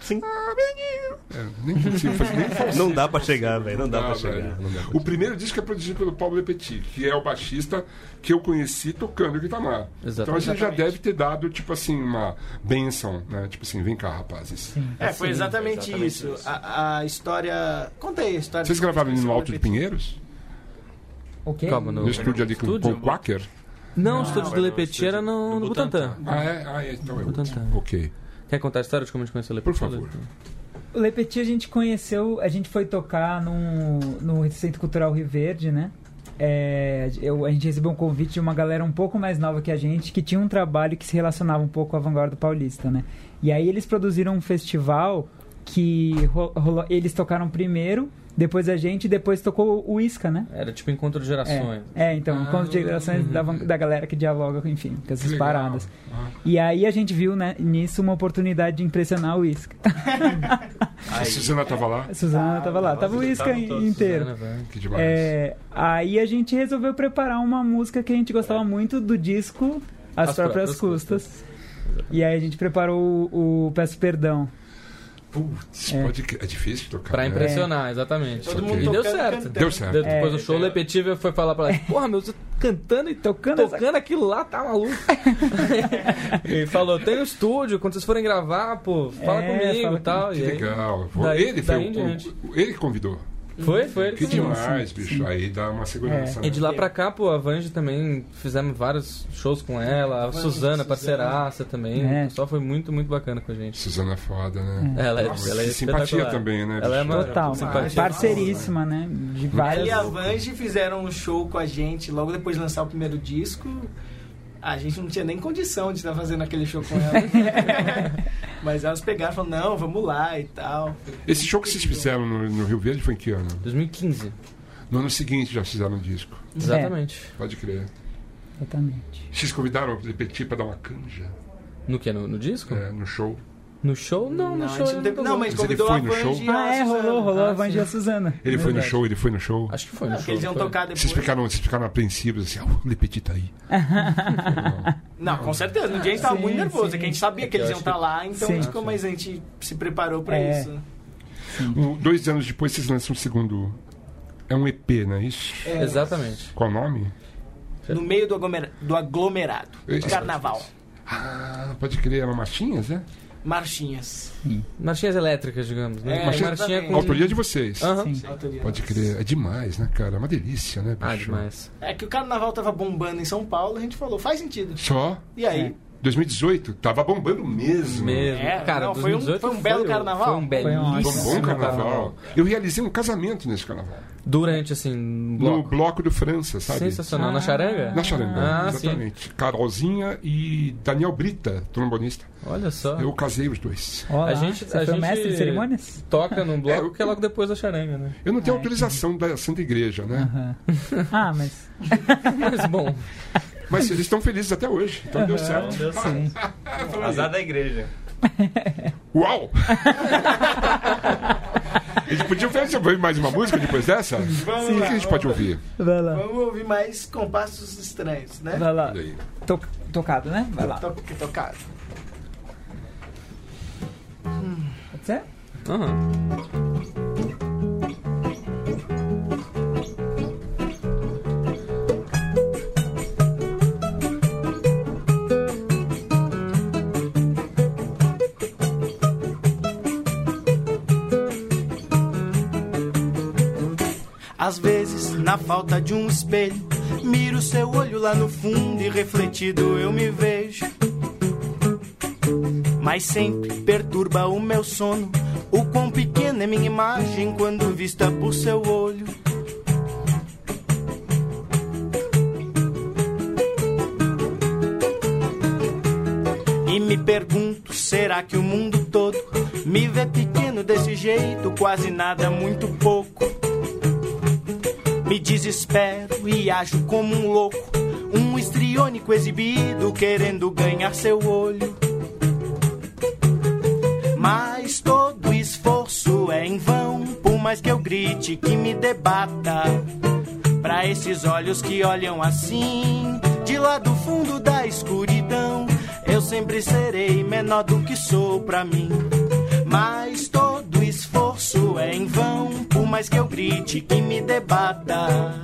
Speaker 4: Sim.
Speaker 3: Ah, menino! É, nem consigo fazer, nem faço.
Speaker 4: Não dá pra chegar, velho. Não dá pra chegar.
Speaker 3: velho.
Speaker 4: Não dá pra
Speaker 3: O primeiro disco é produzido pelo Paulo Petit, que é o baixista que eu conheci tocando guitarra. Então a
Speaker 5: Exatamente.
Speaker 3: gente já deve ter dado, tipo assim, uma benção, né? Tipo assim, vem cá, rapazes.
Speaker 7: É, foi exatamente,
Speaker 1: exatamente
Speaker 7: isso.
Speaker 1: isso.
Speaker 7: A, a história. Conta aí a história.
Speaker 3: Vocês
Speaker 7: do-
Speaker 3: gravaram
Speaker 7: do-
Speaker 3: no
Speaker 7: do-
Speaker 3: Alto de Pinheiros?
Speaker 8: O quê?
Speaker 5: Calma, no.
Speaker 3: No estúdio ali com o
Speaker 5: Estúdio?
Speaker 3: Paul Quaker?
Speaker 5: Não, o estúdio
Speaker 1: foi
Speaker 5: do
Speaker 1: no
Speaker 5: Lepeti
Speaker 1: estúdio-
Speaker 5: era no,
Speaker 1: no
Speaker 5: no Butantã.
Speaker 1: Butantã.
Speaker 3: Ah, é? Ah, é, então é
Speaker 5: Vou
Speaker 3: outro.
Speaker 5: tentar.
Speaker 3: Ok.
Speaker 5: Quer contar a história de como a gente conheceu o
Speaker 3: Por
Speaker 5: Lepeti?
Speaker 3: favor.
Speaker 8: O Lepeti a gente conheceu, a gente foi tocar num- no Centro Cultural Rio Verde, né? É, eu- a gente recebeu um convite de uma galera um pouco mais nova que a gente, que tinha um trabalho que se relacionava um pouco com a vanguarda paulista, né? E aí eles produziram um festival que ro- rolou- eles tocaram primeiro, depois a gente, depois tocou o Isca, né?
Speaker 5: Era tipo encontro de
Speaker 8: É,
Speaker 5: gerações.
Speaker 8: é, então,
Speaker 5: Ah,
Speaker 8: encontro de gerações da, van- da galera que dialoga, enfim, com essas paradas. E aí a gente viu né, nisso uma oportunidade de impressionar o Isca.
Speaker 3: A Ah, Suzana estava lá?
Speaker 8: A Suzana tava lá, tava o Isca
Speaker 1: estavam todos,
Speaker 8: inteiro.
Speaker 5: Suzana, velho.
Speaker 3: Que demais.
Speaker 8: É, aí a gente resolveu preparar uma música que a gente gostava muito do disco As,
Speaker 5: As
Speaker 8: Próprias
Speaker 5: Próprias
Speaker 8: Custas. E aí a gente preparou o, o Peço Perdão.
Speaker 3: Putz,
Speaker 8: é.
Speaker 3: pode crer. é difícil tocar.
Speaker 5: Pra
Speaker 3: né?
Speaker 5: impressionar, exatamente.
Speaker 7: Todo
Speaker 3: Ok.
Speaker 7: mundo
Speaker 5: E deu
Speaker 7: tocando,
Speaker 5: certo.
Speaker 7: cantando.
Speaker 3: Deu certo.
Speaker 5: Deu- Depois
Speaker 8: É.
Speaker 5: do show, o Lepetiva foi falar pra ela: Porra, meu, você cantando e tocando,
Speaker 8: Tocando
Speaker 5: tocando aquilo lá, tá maluco. e falou: Tem um estúdio, quando vocês forem gravar, pô, fala
Speaker 8: É,
Speaker 5: comigo
Speaker 8: fala
Speaker 5: e tal.
Speaker 3: Que
Speaker 5: E aí,
Speaker 3: legal. Vou-
Speaker 5: daí-
Speaker 3: ele foi
Speaker 5: daí em
Speaker 3: o-
Speaker 5: diante.
Speaker 3: o- ele que convidou.
Speaker 5: foi, foi ele
Speaker 3: Que
Speaker 5: que falou.
Speaker 3: demais, bicho. Aí dá uma segurança.
Speaker 5: E
Speaker 3: né?
Speaker 5: É, de lá pra cá, pô, a Vange também fizemos vários shows com ela, a Suzana, parceiraça também.
Speaker 8: É.
Speaker 5: O pessoal foi muito, muito bacana com a gente.
Speaker 3: Suzana é foda, né?
Speaker 8: tá,
Speaker 5: Ela, é-
Speaker 3: Nossa,
Speaker 5: ela é
Speaker 3: e simpatia
Speaker 5: espetacular.
Speaker 3: também, né?
Speaker 5: Ela é
Speaker 3: bicho?
Speaker 5: uma
Speaker 8: Total.
Speaker 5: simpatia.
Speaker 8: Parceiríssima, né? De
Speaker 7: Ela e
Speaker 8: várias.
Speaker 7: a Vange fizeram um show com a gente logo depois de lançar o primeiro disco. A gente não tinha nem condição de estar fazendo aquele show com
Speaker 8: <laughs>
Speaker 7: ela. Mas elas pegaram e falaram, não, vamos lá e tal.
Speaker 3: Esse show que vocês fizeram no, no Rio Verde foi em que ano?
Speaker 5: 2015.
Speaker 3: No ano seguinte já fizeram um disco.
Speaker 5: Exatamente.
Speaker 3: Pode crer.
Speaker 8: Exatamente.
Speaker 3: Vocês convidaram o Petit pra dar uma canja
Speaker 5: No que? No, no disco?
Speaker 3: é, no show.
Speaker 5: No show? Não, no
Speaker 7: Não, a
Speaker 5: um show.
Speaker 7: gente
Speaker 5: ele
Speaker 7: não teve.
Speaker 5: tocou.
Speaker 7: Não, mas
Speaker 3: Mas ele
Speaker 7: convidou
Speaker 3: foi
Speaker 7: a
Speaker 3: no show?
Speaker 7: Vange e a
Speaker 8: Ah, é, rolou,
Speaker 7: Suzana.
Speaker 8: rolou
Speaker 5: Ah,
Speaker 8: a Vange e a Suzana.
Speaker 3: Ele foi no
Speaker 8: Verdade.
Speaker 3: show, ele foi no show.
Speaker 5: É Acho que foi no
Speaker 7: Não,
Speaker 5: show.
Speaker 7: porque eles iam
Speaker 5: foi.
Speaker 7: tocar
Speaker 3: Vocês
Speaker 7: depois.
Speaker 3: ficaram, vocês ficaram apreensivos, assim, ah, o Lepeti tá
Speaker 5: <laughs>
Speaker 3: aí.
Speaker 7: Não, com certeza. No dia a gente tava
Speaker 8: Sim,
Speaker 7: muito nervoso.
Speaker 8: sim.
Speaker 7: É que a gente sabia
Speaker 5: É
Speaker 7: que
Speaker 5: que eu
Speaker 7: eles
Speaker 5: acho
Speaker 7: iam estar
Speaker 5: que-
Speaker 7: lá, então
Speaker 8: Sim.
Speaker 7: a gente ficou, mas a gente se preparou pra
Speaker 8: É.
Speaker 7: isso.
Speaker 3: Um- dois anos depois vocês lançam o segundo. É um EP, não é isso?
Speaker 5: Exatamente.
Speaker 3: Qual o nome?
Speaker 7: No meio do, aglomera- do aglomerado.
Speaker 3: É.
Speaker 7: Carnaval.
Speaker 3: Ah, pode crer, era Marchinhas, né?
Speaker 7: Marchinhas.
Speaker 5: Marchinhas elétricas, digamos. Né?
Speaker 7: É,
Speaker 5: Mas
Speaker 7: exatamente.
Speaker 5: marchinha com.
Speaker 3: Autoria de vocês.
Speaker 5: Aham.
Speaker 7: Autoria.
Speaker 3: Pode crer, é demais, né, cara? É uma delícia, né, bicho?
Speaker 5: Ah, demais.
Speaker 7: É que o carnaval tava bombando em São Paulo, a gente falou, faz sentido.
Speaker 3: Só
Speaker 7: E aí?
Speaker 3: 2018, tava bombando mesmo.
Speaker 5: Mesmo.
Speaker 7: É,
Speaker 5: Cara,
Speaker 7: não, foi um-
Speaker 5: 2018
Speaker 7: foi um belo
Speaker 5: foi
Speaker 7: carnaval.
Speaker 5: Foi um
Speaker 7: Foi
Speaker 3: Foi um
Speaker 5: belíssimo
Speaker 3: bom carnaval. Eu realizei um casamento nesse carnaval.
Speaker 5: Durante, assim, um
Speaker 3: No
Speaker 5: bloco.
Speaker 3: bloco do França, sabe?
Speaker 5: Sensacional. Na charanga?
Speaker 3: Na Charanga,
Speaker 5: Ah,
Speaker 3: exatamente. Carolzinha e Daniel Brita, trombonista.
Speaker 5: Olha só.
Speaker 3: Eu casei os dois.
Speaker 8: Olá,
Speaker 5: A gente-
Speaker 8: você
Speaker 5: a
Speaker 8: foi o
Speaker 5: gente-
Speaker 8: mestre de cerimônias?
Speaker 5: Toca num
Speaker 3: É,
Speaker 5: bloco
Speaker 3: eu-
Speaker 5: que é logo depois da charanga, né? <laughs>
Speaker 3: Eu não tenho autorização da Santa Igreja, né?
Speaker 8: Aham. Ah, mas
Speaker 5: Mas bom.
Speaker 3: Mas eles estão felizes até hoje, então deu certo.
Speaker 8: sim.
Speaker 1: Azar da igreja.
Speaker 5: <laughs>
Speaker 3: Uau! Eles podiam fazer mais uma música depois dessa? O que a gente pode ouvir?
Speaker 8: Vai lá.
Speaker 7: Vamos ouvir mais compassos estranhos, né?
Speaker 8: Vai lá.
Speaker 3: Olha aí.
Speaker 8: Toc- Tocado, né? Vai lá.
Speaker 7: Toca- Tocado.
Speaker 8: Pode ser?
Speaker 5: Aham.
Speaker 6: Às vezes, na falta de um espelho, miro seu olho lá no fundo e refletido eu me vejo. Mas sempre perturba o meu sono. O quão pequena é minha imagem quando vista por seu olho. E me pergunto, será que o mundo todo me vê pequeno desse jeito? Quase nada, muito pouco. Me desespero e ajo como um louco, um histriônico exibido querendo ganhar seu olho. Mas todo esforço é em vão, por mais que eu grite, que me debata. Pra esses olhos que olham assim, de lá do fundo da escuridão, eu sempre serei menor do que sou pra mim. Mas todo esforço é em vão, por mais que eu grite, que me debata.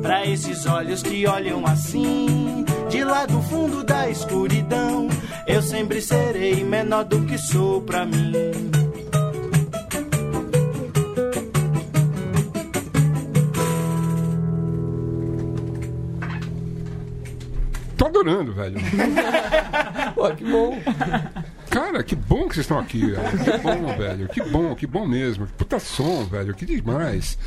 Speaker 6: Pra esses olhos que olham assim, de lá do fundo da escuridão, eu sempre serei menor do que sou pra mim.
Speaker 3: Tô adorando, velho.
Speaker 5: Pô, que bom.
Speaker 3: Cara, que bom que vocês estão aqui. velho. Que bom, <laughs> velho. Que bom, que bom mesmo. Que puta som, velho. Que demais.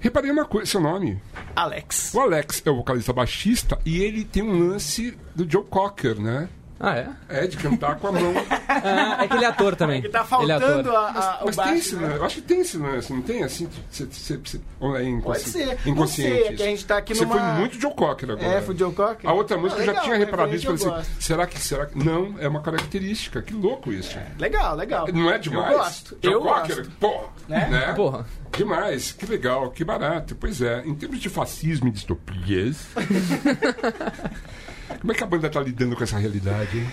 Speaker 3: Reparei uma coisa, seu nome.
Speaker 7: Alex.
Speaker 3: O Alex é o vocalista baixista e ele tem um lance do Joe Cocker, né?
Speaker 5: Ah, é?
Speaker 3: É de cantar com a
Speaker 7: <laughs>
Speaker 3: mão.
Speaker 5: Ah, é que ele é ator também.
Speaker 7: Que tá
Speaker 5: Ele é
Speaker 7: faltando
Speaker 5: ator.
Speaker 7: a- a- o
Speaker 3: Mas tem esse
Speaker 7: baixo. né?
Speaker 3: lance. Eu acho que tem esse lance, não tem? Assim, você- você- você- ou é inconsci-
Speaker 7: Pode ser. Não
Speaker 3: inconsciente.
Speaker 7: sei, é que
Speaker 3: isso?
Speaker 7: a gente tá aqui
Speaker 3: Você
Speaker 7: numa-
Speaker 3: foi muito Joe Cocker agora.
Speaker 7: É, foi o Joe Cocker?
Speaker 3: A outra música
Speaker 7: Ah,
Speaker 3: eu já
Speaker 7: legal,
Speaker 3: tinha
Speaker 7: uma
Speaker 3: reparado isso.
Speaker 7: referência
Speaker 3: Falei
Speaker 7: eu
Speaker 3: assim, será que, será que... Não, é uma característica. Que louco isso.
Speaker 7: assim, Legal, legal.
Speaker 3: Não é demais?
Speaker 7: Eu gosto.
Speaker 3: Joe
Speaker 7: eu
Speaker 3: Cocker,
Speaker 7: gosto.
Speaker 3: pô,
Speaker 7: Né?
Speaker 3: né?
Speaker 5: Porra.
Speaker 3: Demais, que legal, que barato. Pois é, em termos de fascismo e
Speaker 9: <laughs>
Speaker 3: distopias. como é que a banda tá lidando com essa realidade, hein?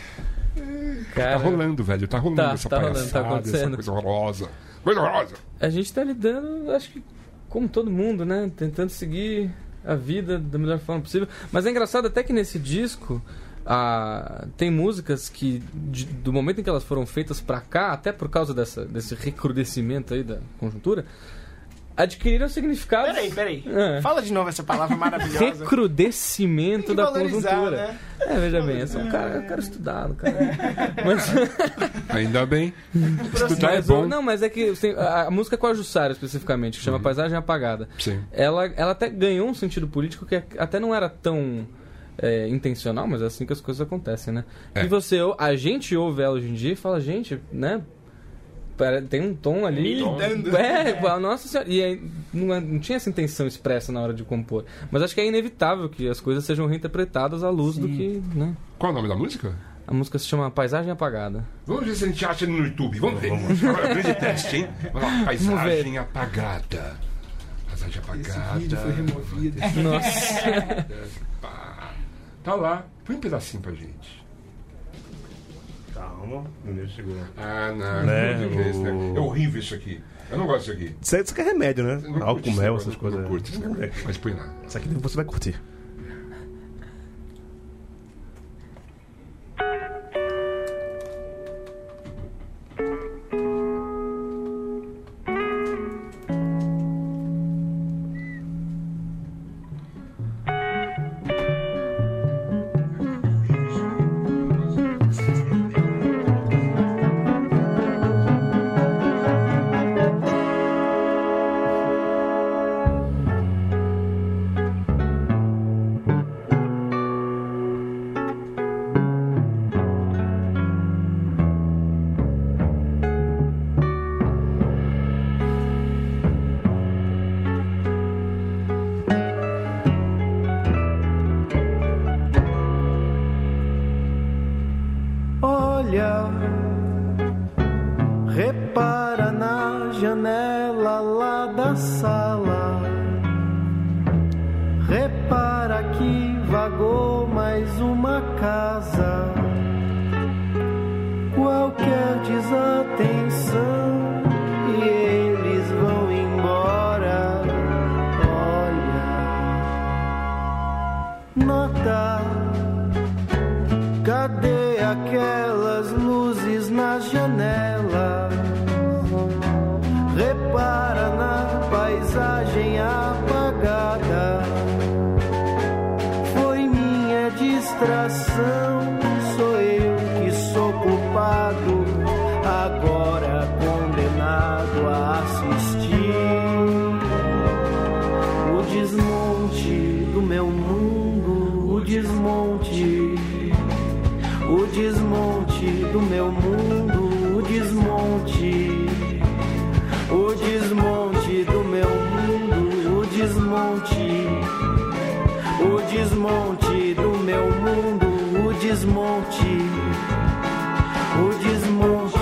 Speaker 3: Tá
Speaker 5: Cara,
Speaker 3: rolando, velho, tá rolando
Speaker 5: Tá,
Speaker 3: essa
Speaker 5: tá rolando, tá
Speaker 3: palhaçada, essa
Speaker 5: acontecendo.
Speaker 3: coisa horrorosa. Coisa horrorosa!
Speaker 5: a gente tá lidando, acho que como todo mundo, né? Tentando seguir a vida da melhor forma possível. Mas é engraçado até que nesse disco ah, tem músicas que, de- do momento em que elas foram feitas pra cá, até por causa dessa, desse recrudescimento aí da conjuntura, adquiriram significados.
Speaker 7: Peraí, peraí.
Speaker 5: É.
Speaker 7: Fala de novo essa
Speaker 5: <laughs>
Speaker 7: palavra maravilhosa. Tem
Speaker 5: Recrudescimento
Speaker 7: que
Speaker 5: da
Speaker 7: valorizar,
Speaker 5: conjuntura.
Speaker 7: né?
Speaker 5: É, veja bem, eu sou um cara, eu quero <laughs> estudar, cara. Mas,
Speaker 3: Ainda
Speaker 5: <laughs>
Speaker 3: bem. Estudar é
Speaker 5: mas
Speaker 3: bom. Uhum.
Speaker 5: o- Não, mas é que tem- a, a música com a Jussara, especificamente, que chama Paisagem Apagada,
Speaker 3: Sim.
Speaker 5: ela, ela até ganhou um sentido político que até não era tão é, intencional, mas é assim que as coisas acontecem, né?
Speaker 3: É.
Speaker 5: E você, ou- a gente ouve ela hoje em dia e fala, gente, né? pera- Tem um tom ali.
Speaker 7: <laughs>
Speaker 1: Militando.
Speaker 5: É, pô, nossa senhora. E aí, não, é- não tinha essa intenção expressa na hora de compor. Mas acho que é inevitável que as coisas sejam reinterpretadas à luz do que. Né?
Speaker 3: Qual é o nome da música?
Speaker 5: A música se chama Paisagem Apagada.
Speaker 3: Vamos ver se a gente acha ele no YouTube. Vamos ver. Agora, grande teste, hein? Vamos lá, paisagem apagada. Paisagem apagada.
Speaker 9: Esse vídeo foi removido.
Speaker 5: Nossa.
Speaker 3: Pá. Tá lá. Põe um pedacinho pra gente.
Speaker 4: Calma, meu chegou.
Speaker 3: Ah, não.
Speaker 4: Né,
Speaker 3: não deu jeito, né?
Speaker 4: o-
Speaker 3: É horrível isso aqui. Eu não gosto disso aqui.
Speaker 4: Isso aí diz que é remédio, né?
Speaker 3: Eu não curto
Speaker 4: Álcool,
Speaker 3: esse
Speaker 4: mel,
Speaker 3: negócio,
Speaker 4: essas coisas. né?
Speaker 3: Eu não curto esse negócio. Mas põe lá.
Speaker 4: Isso aqui você vai curtir.
Speaker 10: Olha, repara na janela lá da sala. Repara que vagou mais uma casa. Qualquer desatenção e eles vão embora. Olha, nota. Cadê aquelas luzes na janela? Repara na paisagem apagada. Foi minha distração, sou eu que sou culpado, agora condenado a assistir o desmonte do meu mundo, o desmonte, o desmonte do meu mundo, o desmonte, o desmonte do meu mundo, o desmonte, o desmonte do meu mundo, o desmonte, o desmonte.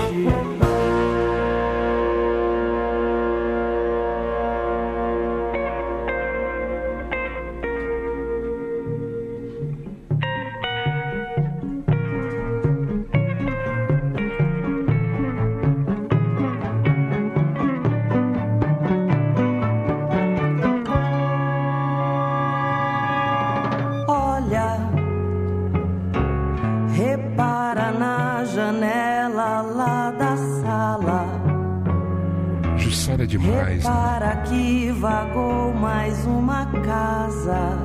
Speaker 11: Olha, repara na janela lá da sala.
Speaker 3: Jussara é demais. né?
Speaker 11: Repara que vagou mais uma casa.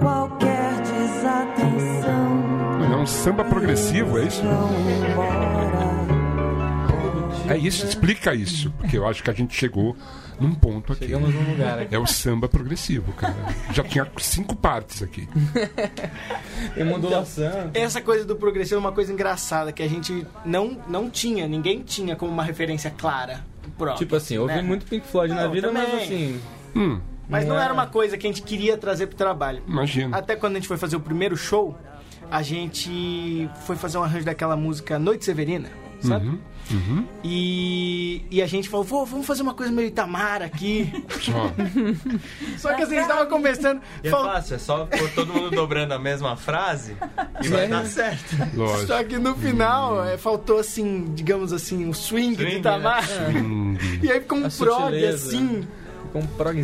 Speaker 11: Qualquer desatenção
Speaker 3: É um samba progressivo, é isso?
Speaker 11: vão embora.
Speaker 3: É isso, explica isso. Porque eu acho que a gente chegou num ponto aqui.
Speaker 5: Chegamos
Speaker 7: um
Speaker 5: num lugar aqui.
Speaker 3: É o samba progressivo, cara. Já tinha cinco partes aqui.
Speaker 5: Tem
Speaker 7: Então,
Speaker 5: modulação.
Speaker 7: Essa coisa do progressivo é uma coisa engraçada que a gente não, não tinha, ninguém tinha como uma referência clara. Própria,
Speaker 5: Tipo assim, ouvi
Speaker 7: né?
Speaker 5: muito Né? Pink Floyd na
Speaker 7: Não,
Speaker 5: vida, mas
Speaker 7: também.
Speaker 5: assim.
Speaker 3: Hum,
Speaker 7: Mas não
Speaker 5: não
Speaker 7: era
Speaker 5: era-
Speaker 7: uma coisa que a gente queria trazer pro trabalho.
Speaker 3: imagina.
Speaker 7: Até quando a gente foi fazer o primeiro show, a gente foi fazer um arranjo daquela música Noite Severina, sabe?
Speaker 3: Uhum,
Speaker 7: E, e a gente falou, "Vô, vamos fazer uma coisa meio Itamar aqui.
Speaker 3: Só.
Speaker 7: <laughs> Só que assim, a gente tava conversando.
Speaker 1: E é
Speaker 7: fal-
Speaker 1: fácil, é só pôr todo mundo dobrando a mesma frase e vai dar certo.
Speaker 3: Lógico.
Speaker 7: Só que no final é, faltou assim, digamos assim, um swing,
Speaker 1: Swing,
Speaker 7: de Itamar. E aí ficou um
Speaker 5: A
Speaker 7: prog
Speaker 5: sutileza.
Speaker 7: assim,
Speaker 5: Ficou um
Speaker 7: um
Speaker 5: progzão.
Speaker 7: prog,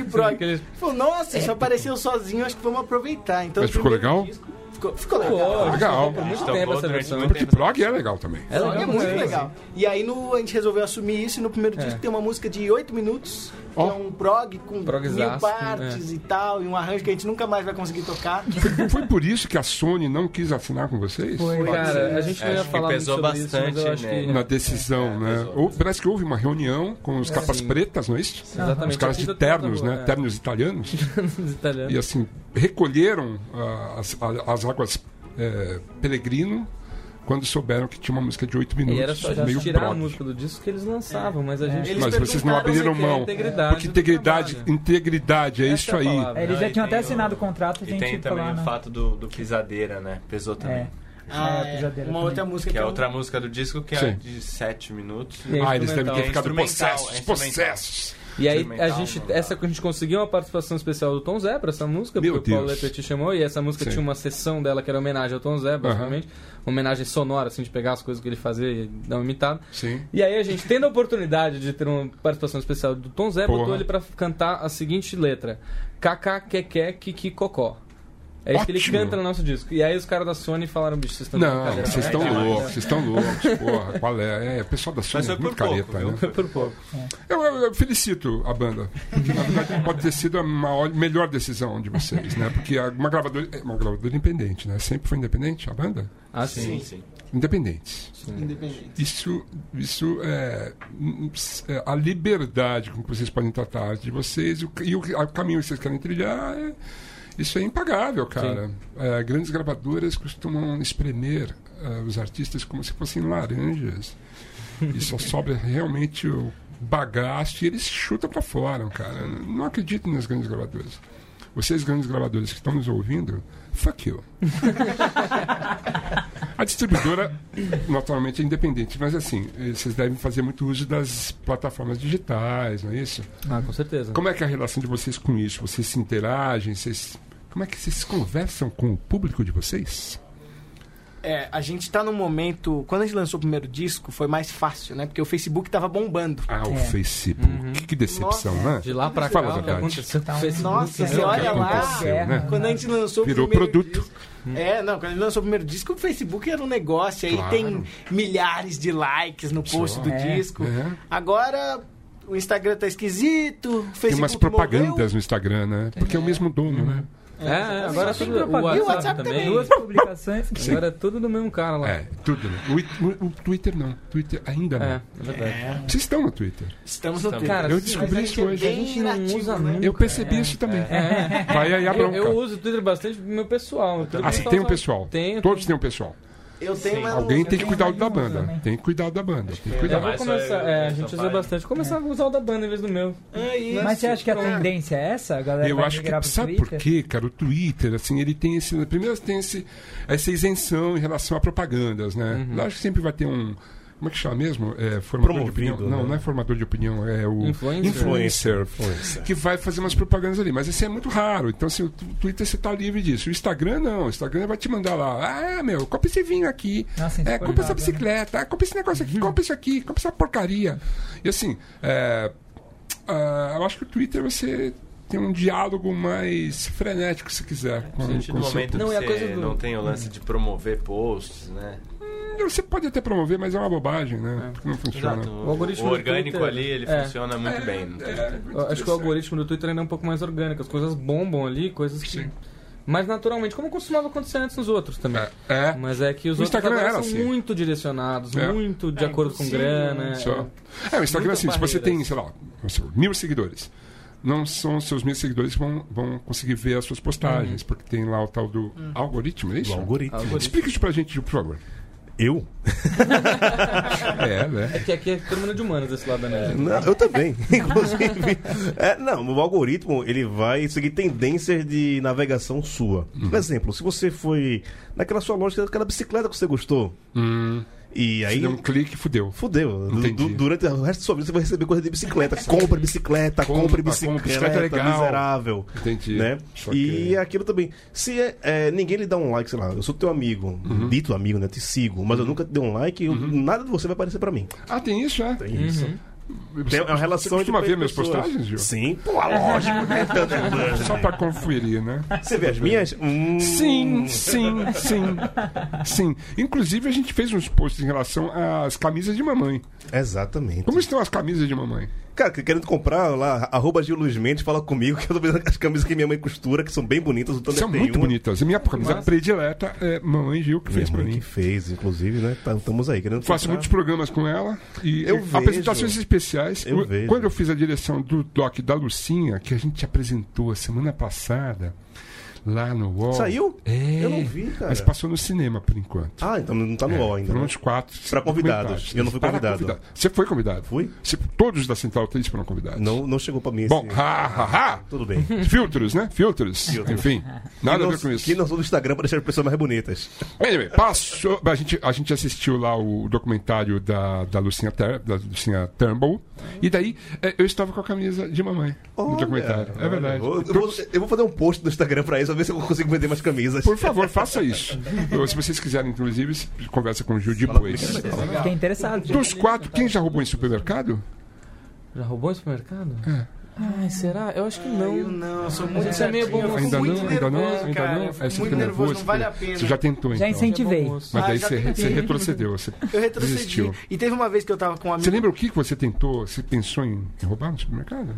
Speaker 5: assim,
Speaker 7: prog.
Speaker 5: aqueles-
Speaker 7: Falou, nossa, isso apareceu sozinho, acho que vamos aproveitar. Então,
Speaker 3: Mas
Speaker 7: o
Speaker 3: ficou
Speaker 7: primeiro
Speaker 3: legal?
Speaker 7: disco- Ficou, ficou
Speaker 5: Pô, é
Speaker 7: legal.
Speaker 5: a gente
Speaker 3: Legal.
Speaker 5: tocou por muito
Speaker 1: Tocou
Speaker 5: tempo essa
Speaker 1: durante
Speaker 5: versão.
Speaker 1: Então, muito
Speaker 3: Porque prog é legal também.
Speaker 5: É legal,
Speaker 7: É muito
Speaker 5: mesmo.
Speaker 7: legal. E aí no, a gente resolveu assumir isso e no primeiro disco tem uma música de 8 minutos, que
Speaker 3: É. Ó.
Speaker 7: é um prog com
Speaker 5: Progzaço,
Speaker 1: né?
Speaker 7: mil partes e tal, e um arranjo que a gente nunca mais vai
Speaker 3: <laughs>
Speaker 7: conseguir tocar.
Speaker 3: Foi por isso que a Sony não quis assinar com vocês?
Speaker 5: assim, Cara, a gente não
Speaker 1: Acho
Speaker 5: ia
Speaker 1: que
Speaker 5: falar muito
Speaker 1: pesou
Speaker 5: sobre isso, mas eu
Speaker 1: bastante,
Speaker 5: acho
Speaker 1: né?
Speaker 5: que...
Speaker 3: Na decisão, né? Ou- parece que houve uma reunião com os capas pretas, não é isso?
Speaker 5: Exatamente.
Speaker 3: Os caras
Speaker 5: Aqui
Speaker 3: de
Speaker 5: do-
Speaker 3: ternos, né?
Speaker 5: é,
Speaker 3: Ternos italianos.
Speaker 5: dos italianos.
Speaker 3: E assim, recolheram ah, as, a- as águas eh, Pellegrino é, quando souberam que tinha uma música de 8
Speaker 5: E
Speaker 3: minutos.
Speaker 5: era só a
Speaker 3: meio
Speaker 5: gente tirar a
Speaker 3: prog.
Speaker 5: música do disco que eles lançavam, mas a gente.
Speaker 7: Eles
Speaker 3: Mas vocês não
Speaker 7: perguntaram é
Speaker 3: abriram
Speaker 7: se
Speaker 3: mão. É,
Speaker 5: integridade
Speaker 3: Porque
Speaker 5: do
Speaker 3: integridade,
Speaker 5: trabalho.
Speaker 3: integridade, é
Speaker 5: Essa
Speaker 3: isso
Speaker 5: é a
Speaker 3: aí.
Speaker 5: palavra.
Speaker 8: Eles
Speaker 1: Não,
Speaker 8: já
Speaker 1: e
Speaker 8: tinham até
Speaker 1: tem o-
Speaker 8: assinado o contrato, a
Speaker 1: E
Speaker 8: gente
Speaker 1: tem também
Speaker 8: falar,
Speaker 1: o
Speaker 3: né?
Speaker 8: não.
Speaker 1: fato do, do Pisadeira, né? Pesou também.
Speaker 8: É.
Speaker 7: Ah, é.
Speaker 8: Pisadeira
Speaker 7: Uma
Speaker 8: também.
Speaker 7: outra música
Speaker 1: Que é outra música do disco que
Speaker 3: Sim.
Speaker 1: é de 7 minutos.
Speaker 5: E aí-
Speaker 3: Ah, eles devem
Speaker 5: instrumental.
Speaker 3: ter ficado
Speaker 1: Instrumental,
Speaker 3: possessos,
Speaker 1: é instrumental.
Speaker 3: possessos.
Speaker 5: E aí a
Speaker 1: Instrumental,
Speaker 3: né?
Speaker 5: gente,
Speaker 1: não dá.
Speaker 5: essa que a gente conseguiu uma participação especial do Tom Zé pra essa música,
Speaker 3: Meu
Speaker 5: porque o Paulo
Speaker 3: Deus.
Speaker 5: Lepetit chamou e essa música
Speaker 3: Sim.
Speaker 5: tinha uma sessão dela que era homenagem ao Tom Zé, basicamente, uma homenagem sonora assim de pegar as coisas que ele fazia e dar uma imitada.
Speaker 3: Sim.
Speaker 5: E aí a gente tendo a oportunidade de ter uma participação especial do Tom Zé, botou
Speaker 3: Porra.
Speaker 5: ele pra cantar a seguinte letra: KKQQ Kiki Cocó. É isso que ele
Speaker 3: Ótimo.
Speaker 5: canta no nosso disco. E aí os caras da Sony falaram, bicho, vocês estão de
Speaker 3: Não,
Speaker 5: brincadeira." né?"
Speaker 3: vocês estão loucos, vocês estão loucos, porra. Qual é? É, o pessoal da Sony
Speaker 1: Mas
Speaker 3: é
Speaker 1: foi
Speaker 3: muito
Speaker 1: por
Speaker 3: careta,
Speaker 1: pouco,
Speaker 3: né?
Speaker 1: viu?
Speaker 5: por pouco.
Speaker 3: Eu, eu- eu felicito a banda. Porque, na verdade, pode ter sido a maior- melhor decisão de vocês, né? Porque a- uma gravadora, é uma gravadora independente, né? Sempre foi independente a banda?
Speaker 5: Ah, sim.
Speaker 1: Sim, sim.
Speaker 3: Independentes.
Speaker 7: Independente.
Speaker 3: Isso, isso é, hum, s- é a liberdade com que vocês podem tratar a arte de vocês e o, ca- e o- a- o caminho que vocês querem trilhar. é- isso é impagável, cara. É, grandes gravadoras costumam espremer é, os artistas como se fossem laranjas. E só sobra realmente o bagaço e eles chutam pra fora, cara. Não acredito nas grandes gravadoras. Vocês, grandes gravadores que estão nos ouvindo, fuck you. A distribuidora, <coughs> naturalmente, é independente, mas assim, eh, vocês devem fazer muito uso das plataformas digitais, não é isso?
Speaker 5: Ah, com certeza.
Speaker 3: Como é que é a relação de vocês com isso? Vocês se interagem? Vocês... Como é que vocês conversam com o público de vocês?
Speaker 7: É, a gente tá num momento. Quando a gente lançou o primeiro disco, foi mais fácil, né? Porque o Facebook tava bombando.
Speaker 3: Ah, o
Speaker 8: É.
Speaker 3: Facebook. Que, que decepção, né?
Speaker 5: De lá pra cá,
Speaker 3: Fala a
Speaker 5: o que
Speaker 3: verdade.
Speaker 5: aconteceu com o
Speaker 8: Nossa,
Speaker 5: Facebook,
Speaker 7: Nossa,
Speaker 5: né?
Speaker 7: você olha lá.
Speaker 3: é
Speaker 7: é,
Speaker 3: aconteceu, né?
Speaker 7: Quando a gente lançou o
Speaker 3: Virou
Speaker 7: primeiro
Speaker 3: produto.
Speaker 7: disco- É, não, quando ele lançou o primeiro disco, o Facebook era um negócio. Aí
Speaker 3: Claro.
Speaker 7: tem milhares de likes no post
Speaker 3: Só.
Speaker 7: do
Speaker 8: É.
Speaker 7: disco.
Speaker 3: É.
Speaker 7: Agora o Instagram tá esquisito, o Facebook
Speaker 3: Tem umas propagandas no Instagram, né? Porque é o mesmo dono, né?
Speaker 5: É, é, agora
Speaker 8: Só tem
Speaker 5: tudo, o WhatsApp,
Speaker 8: propaganda. E o
Speaker 7: WhatsApp
Speaker 5: também.
Speaker 7: também. <laughs>
Speaker 8: Duas publicações.
Speaker 5: Agora é tudo do mesmo cara lá.
Speaker 3: tá É, tudo, né? O, it- o- o Twitter não. Twitter ainda não.
Speaker 5: É, é verdade.
Speaker 3: Vocês estão no Twitter.
Speaker 7: Estamos no Twitter.
Speaker 5: Cara,
Speaker 3: Eu
Speaker 5: sim,
Speaker 3: descobri
Speaker 5: mas
Speaker 3: isso
Speaker 5: é que
Speaker 3: hoje.
Speaker 5: A gente não
Speaker 7: Bem
Speaker 5: usa
Speaker 7: nativo, né?
Speaker 5: nunca.
Speaker 3: Eu percebi isso também. Vai aí a
Speaker 5: É. Eu,
Speaker 3: bronca.
Speaker 5: eu uso o Twitter bastante pro meu pessoal. meu Twitter
Speaker 3: Ah, se tem um pessoal.
Speaker 5: Tem.
Speaker 3: Todos têm um pessoal.
Speaker 7: Eu tenho uma.
Speaker 3: Alguém tem que
Speaker 8: tenho
Speaker 3: cuidar
Speaker 8: mais
Speaker 3: da
Speaker 8: um
Speaker 3: banda.
Speaker 8: também.
Speaker 3: Tem que cuidar da banda. Tem que
Speaker 1: é
Speaker 5: Eu
Speaker 3: cuidar.
Speaker 5: vou
Speaker 1: Mas só
Speaker 5: começar.
Speaker 1: eu-
Speaker 5: É, a
Speaker 1: eu
Speaker 5: gente
Speaker 1: só
Speaker 5: usa
Speaker 1: vai.
Speaker 5: bastante. Começar a usar o da banda em vez do meu.
Speaker 7: É isso.
Speaker 8: Mas você acha que a tendência é essa? A galera
Speaker 3: Eu
Speaker 8: vai
Speaker 3: acho
Speaker 8: migrar
Speaker 3: que,
Speaker 8: pro
Speaker 3: sabe por
Speaker 8: Twitter?
Speaker 3: quê, cara? O Twitter, assim, ele tem esse. Primeiro, tem esse, essa isenção em relação a propagandas, né? Acho que sempre vai ter um. Como é que chama mesmo? É, formador de
Speaker 4: Promovido,
Speaker 3: opinião. Não,
Speaker 4: né?
Speaker 3: não é formador de opinião, é o.
Speaker 5: Influencer.
Speaker 3: Influencer.
Speaker 4: Influencer.
Speaker 3: Que vai fazer umas propagandas ali. Mas esse é muito raro. Então, assim, o tu- Twitter você tá livre disso. O Instagram, não. O Instagram vai te mandar lá. Ah, meu, compra esse vinho aqui.
Speaker 8: Nossa,
Speaker 3: é,
Speaker 8: isso foi
Speaker 3: compra essa
Speaker 8: nada, né?
Speaker 3: bicicleta. Ah, compra esse negócio
Speaker 5: Uhum.
Speaker 3: aqui. Compra isso aqui. Compra essa porcaria. E assim, é, ah, eu acho que o Twitter você tem um diálogo mais frenético, se quiser. Com,
Speaker 1: A partir
Speaker 3: com
Speaker 1: do
Speaker 3: o seu-
Speaker 1: momento que
Speaker 5: Não, é a
Speaker 1: você
Speaker 5: coisa do-
Speaker 1: não tem o lance de promover posts, né?
Speaker 3: Você pode até promover, mas é uma bobagem, né? Porque não funciona. É,
Speaker 1: Exato. Tipo, O,
Speaker 5: O algoritmo
Speaker 1: o
Speaker 5: do
Speaker 1: orgânico
Speaker 5: Twitter-
Speaker 1: ali, ele
Speaker 5: é.
Speaker 1: funciona muito bem. no Twitter.
Speaker 5: Eu acho que o algoritmo do Twitter ainda é um pouco mais orgânico. As coisas bombam ali, coisas que. Mas naturalmente, como costumava acontecer antes nos outros também.
Speaker 3: É, é.
Speaker 5: Mas é que os
Speaker 3: O
Speaker 5: outros
Speaker 3: Instagram
Speaker 5: agora
Speaker 3: era
Speaker 5: são
Speaker 3: assim.
Speaker 5: muito direcionados,
Speaker 3: É.
Speaker 5: muito de acordo com grana.
Speaker 3: Só. É, o Instagram,
Speaker 5: Muitas
Speaker 3: assim, se você
Speaker 5: barreiras.
Speaker 3: tem, sei lá, vamos supor, mil seguidores, não são os seus mil seguidores que vão, vão conseguir ver as suas postagens, porque tem lá o tal do algoritmo, é
Speaker 4: O
Speaker 3: isso?
Speaker 4: algoritmo.
Speaker 3: Explica isso pra gente, por favor.
Speaker 4: Eu?
Speaker 3: É,
Speaker 5: É
Speaker 3: né?
Speaker 5: que aqui é todo mundo de humanas desse lado né? da
Speaker 3: É.
Speaker 5: neve.
Speaker 4: Não, eu também, <laughs> inclusive. É, não, o algoritmo ele vai seguir tendências de navegação sua.
Speaker 3: Hum.
Speaker 4: Por exemplo, se você foi naquela sua loja, daquela bicicleta que você gostou,
Speaker 3: Hum,
Speaker 4: e
Speaker 3: se
Speaker 4: É aí.
Speaker 3: der um clique, fudeu.
Speaker 4: Fudeu. Du-
Speaker 3: Entendi.
Speaker 4: du- durante o resto da sua vida você vai receber coisa de bicicleta. Compre bicicleta,
Speaker 3: Compra,
Speaker 4: compre
Speaker 3: compra,
Speaker 4: bicicleta,
Speaker 3: bicicleta é legal.
Speaker 4: miserável.
Speaker 3: Entendi.
Speaker 4: Né?
Speaker 3: Só que-
Speaker 4: E aquilo também. Se é, é, ninguém lhe dá um like, sei lá, eu sou teu amigo,
Speaker 3: Uhum.
Speaker 4: dito amigo, né? Te sigo, mas eu nunca te dei um like, eu- nada de você vai aparecer pra mim.
Speaker 3: Ah, tem isso, é? Uhum. Tem
Speaker 4: Isso. Tem uma
Speaker 3: Você
Speaker 4: relação
Speaker 3: costuma
Speaker 4: entre
Speaker 3: ver minhas
Speaker 4: pessoas.
Speaker 3: postagens, Gil?
Speaker 4: Sim, pô, lógico,
Speaker 3: <laughs>
Speaker 4: né?
Speaker 3: Só pra conferir, né?
Speaker 4: Você vê as minhas? Hum,
Speaker 3: Sim, sim, sim. Sim. Inclusive, a gente fez uns posts em relação às camisas de mamãe.
Speaker 4: Exatamente.
Speaker 3: Como estão as camisas de mamãe?
Speaker 4: Cara, que querendo comprar lá, arroba Gil Luiz Mendes, fala comigo que eu tô vendo as camisas que minha mãe costura, que são bem bonitas. O Thunder
Speaker 3: São
Speaker 4: tem
Speaker 3: muito
Speaker 4: uma.
Speaker 3: bonitas. A minha camisa
Speaker 5: Massa.
Speaker 3: predileta é Mamãe Gil, que
Speaker 4: um, Minha
Speaker 3: fez pra
Speaker 4: mãe que
Speaker 3: mim.
Speaker 4: fez, inclusive, né? Estamos aí, querendo
Speaker 3: Faço
Speaker 4: comprar.
Speaker 3: muitos programas com ela e
Speaker 4: Eu
Speaker 3: e
Speaker 4: vejo.
Speaker 3: apresentações especiais.
Speaker 4: Eu
Speaker 3: O-
Speaker 4: vejo.
Speaker 3: Quando eu fiz a direção do doc da Lucinha, que a gente apresentou a semana passada, Lá no UOL.
Speaker 4: Saiu?
Speaker 3: É.
Speaker 4: Eu não vi, cara.
Speaker 3: Mas É, passou no cinema por enquanto.
Speaker 4: Ah, então não tá no UOL ainda.
Speaker 3: Foram
Speaker 4: né?
Speaker 3: uns quatro.
Speaker 4: Pra convidados.
Speaker 3: documentários.
Speaker 4: Eu não fui
Speaker 3: Para
Speaker 4: convidado.
Speaker 3: Você foi convidado?
Speaker 4: Fui?
Speaker 3: Você- todos da Central 3 foram convidados.
Speaker 4: Não, não chegou pra mim esse...
Speaker 3: Bom, ha, ha, ha.
Speaker 4: Tudo bem.
Speaker 3: Filtros, né? Filtros.
Speaker 4: Filtros. <laughs>
Speaker 3: Enfim, <laughs> nada
Speaker 4: que
Speaker 3: a
Speaker 4: não-
Speaker 3: ver com isso.
Speaker 4: Que não sou do Instagram pra deixar as pessoas mais bonitas.
Speaker 3: Anyway, passou, a, gente, a gente assistiu lá o documentário da, da, Lucinha, Tur- da Lucinha Turnbull. E daí eh, eu estava com a camisa de mamãe no
Speaker 4: Olha,
Speaker 3: documentário. É
Speaker 4: olha,
Speaker 3: verdade.
Speaker 4: vou- Eu vou, eu vou fazer um post no Instagram pra isso, pra ver se eu consigo vender mais camisas.
Speaker 3: Por favor, faça isso. Ou, se vocês quiserem, inclusive, se- conversa com o Gil depois.
Speaker 8: Fiquei interessado.
Speaker 3: Dos quatro, quem já roubou em supermercado?
Speaker 5: Já roubou em supermercado?
Speaker 3: É.
Speaker 5: Ai, será? Eu acho que não.
Speaker 7: Não, eu sou
Speaker 5: Mas
Speaker 7: muito
Speaker 5: isso é meio
Speaker 7: certinho,
Speaker 5: bom,
Speaker 7: eu
Speaker 5: Eu
Speaker 3: Ainda
Speaker 7: fico
Speaker 3: não,
Speaker 7: muito
Speaker 3: ainda não,
Speaker 7: nervoso,
Speaker 3: ainda
Speaker 7: cara,
Speaker 3: não.
Speaker 7: eu
Speaker 3: Aí
Speaker 7: fico
Speaker 3: É, você
Speaker 7: muito
Speaker 3: fica
Speaker 7: nervoso, não
Speaker 3: nervoso,
Speaker 7: vale a
Speaker 3: porque
Speaker 7: pena.
Speaker 3: Você já tentou,
Speaker 8: Já
Speaker 3: então.
Speaker 8: incentivei.
Speaker 3: Mas
Speaker 7: Ah,
Speaker 3: daí
Speaker 7: já
Speaker 3: você,
Speaker 7: tentei.
Speaker 3: você retrocedeu. Você
Speaker 7: Eu retrocedi.
Speaker 3: desistiu.
Speaker 7: E teve uma vez que eu tava com um amigo.
Speaker 3: Você lembra o que que você tentou? Você pensou em em roubar no supermercado?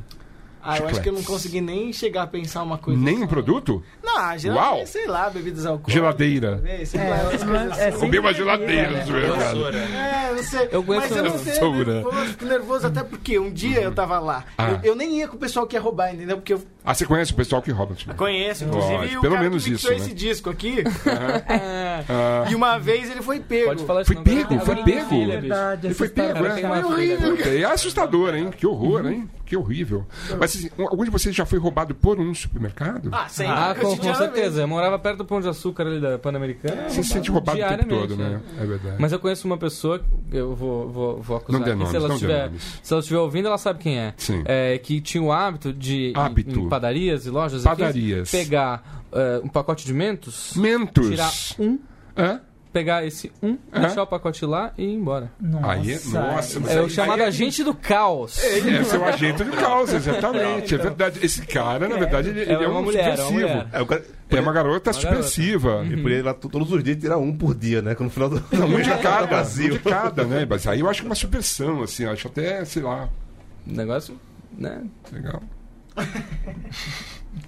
Speaker 7: Ah, eu acho que eu não
Speaker 3: Chicletes.
Speaker 7: consegui nem chegar a pensar uma coisa.
Speaker 3: Nem
Speaker 7: só.
Speaker 3: um produto?
Speaker 7: Não, geralmente,
Speaker 3: Uau!
Speaker 7: sei lá, bebidas alcoólicas.
Speaker 3: Geladeira.
Speaker 7: talvez, sei lá, essas coisas assim.
Speaker 8: É,
Speaker 3: Roubei
Speaker 8: sempre
Speaker 3: uma geladeira né? no supermercado.
Speaker 1: Vassoura. né?
Speaker 7: É, eu um sei.
Speaker 5: Eu aguento-
Speaker 7: mas eu não sei,
Speaker 3: Sou
Speaker 7: nervoso, fico nervoso até porque um dia eu tava lá.
Speaker 3: Ah.
Speaker 7: Eu, eu nem ia com o pessoal que ia roubar, entendeu? Porque eu
Speaker 3: Ah, você conhece o pessoal que rouba? Tipo.
Speaker 7: conheço, inclusive,
Speaker 3: Lógico,
Speaker 7: o
Speaker 3: pelo
Speaker 7: cara
Speaker 3: menos
Speaker 7: que fixou
Speaker 3: isso, né?
Speaker 7: esse disco aqui. <laughs> É.
Speaker 3: Ah,
Speaker 7: e uma vez ele foi pego.
Speaker 5: Pode falar isso.
Speaker 3: Foi
Speaker 5: não, agora-
Speaker 3: pego, foi
Speaker 5: agora tem
Speaker 3: pego.
Speaker 5: filha, bicho.
Speaker 8: é verdade.
Speaker 3: ele foi
Speaker 8: assustador.
Speaker 3: pego,
Speaker 5: Tem
Speaker 3: né?
Speaker 5: uma filha.
Speaker 3: Puta, É assustador, hein? Que horror, hein? Que horrível. Mas assim, algum de vocês já foi roubado por um supermercado?
Speaker 7: Ah, sem
Speaker 5: Ah,
Speaker 7: eu
Speaker 5: com,
Speaker 7: te
Speaker 5: com
Speaker 7: amo,
Speaker 5: certeza. Eu morava perto do Pão de Açúcar ali da Pan-Americana.
Speaker 3: Você se sente roubado o tempo
Speaker 5: diariamente,
Speaker 3: todo, né? É verdade.
Speaker 5: Mas eu conheço uma pessoa, eu vou, vou, vou acusar
Speaker 3: Não dê
Speaker 5: aqui,
Speaker 3: nomes,
Speaker 5: se, ela
Speaker 3: não dê
Speaker 5: estiver,
Speaker 3: nomes.
Speaker 5: se ela estiver ouvindo, ela sabe quem é.
Speaker 3: Sim.
Speaker 5: É, que tinha o hábito de, em-
Speaker 3: Hábito.
Speaker 5: em padarias e lojas,
Speaker 3: Padarias.
Speaker 5: enfim, pegar é, um pacote de mentos,
Speaker 3: Mentos.
Speaker 5: tirar um,
Speaker 3: Hã?
Speaker 5: pegar esse um,
Speaker 3: É.
Speaker 5: deixar o pacote lá e ir embora.
Speaker 8: Nossa.
Speaker 3: Aí, nossa, mas
Speaker 5: É o
Speaker 3: aí-
Speaker 5: chamado
Speaker 3: aí-
Speaker 5: agente do caos.
Speaker 3: É seu agente de causa, exatamente. É verdade. Esse cara, na verdade, ele, ele é,
Speaker 5: então. É uma
Speaker 3: um
Speaker 5: mulher, é uma
Speaker 3: subversivo.
Speaker 5: mulher. Uhum.
Speaker 4: É, o cara,
Speaker 3: É uma garota subversiva.
Speaker 4: Ele podia ir lá t- todos os dias e tirar um por dia, né? Que no final do
Speaker 3: <laughs> Não, um de
Speaker 4: já
Speaker 3: cada,
Speaker 4: Brasil.
Speaker 3: um de cada,
Speaker 4: <laughs>
Speaker 3: né? Mas aí eu acho que é uma subversão, assim, eu acho até, sei lá,
Speaker 5: Negócio, né?
Speaker 3: legal.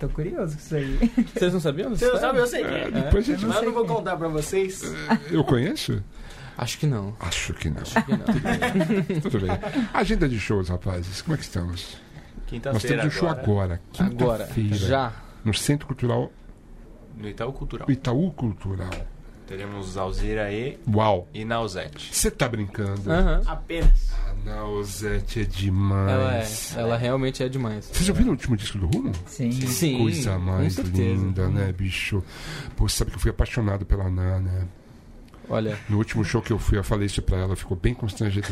Speaker 8: Tô curioso com isso aí.
Speaker 5: Vocês não sabiam? dessa
Speaker 7: Você não
Speaker 5: história?
Speaker 7: sabe, eu sei quem é.
Speaker 3: Depois a gente...
Speaker 7: Mas eu não vou contar pra vocês.
Speaker 3: Eu conheço?
Speaker 5: Acho que não.
Speaker 3: Acho que não.
Speaker 5: Acho que não.
Speaker 3: <laughs> Tudo bem. Agenda de shows, rapazes. Como é que estamos? Nós
Speaker 1: Quinta-feira
Speaker 3: temos um show agora.
Speaker 5: Agora,
Speaker 3: quinta-feira,
Speaker 5: já.
Speaker 3: No Centro Cultural
Speaker 1: No Itaú Cultural.
Speaker 3: Itaú Cultural.
Speaker 1: Teremos Alzira E
Speaker 3: Uau.
Speaker 1: e Nausete.
Speaker 3: Você tá brincando?
Speaker 5: Aham.
Speaker 7: Apenas.
Speaker 3: A Nausete é
Speaker 5: Ela é.
Speaker 3: demais.
Speaker 5: Ela realmente é demais.
Speaker 3: Vocês ouviram o último disco do Rumo?
Speaker 8: Sim.
Speaker 5: Sim,
Speaker 3: Coisa mais
Speaker 5: com certeza.
Speaker 3: linda, né, bicho? Pô, sabe que eu fui apaixonado pela Ná, né?
Speaker 5: Olha,
Speaker 3: No último show que eu fui, eu falei isso pra ela, ficou bem constrangida.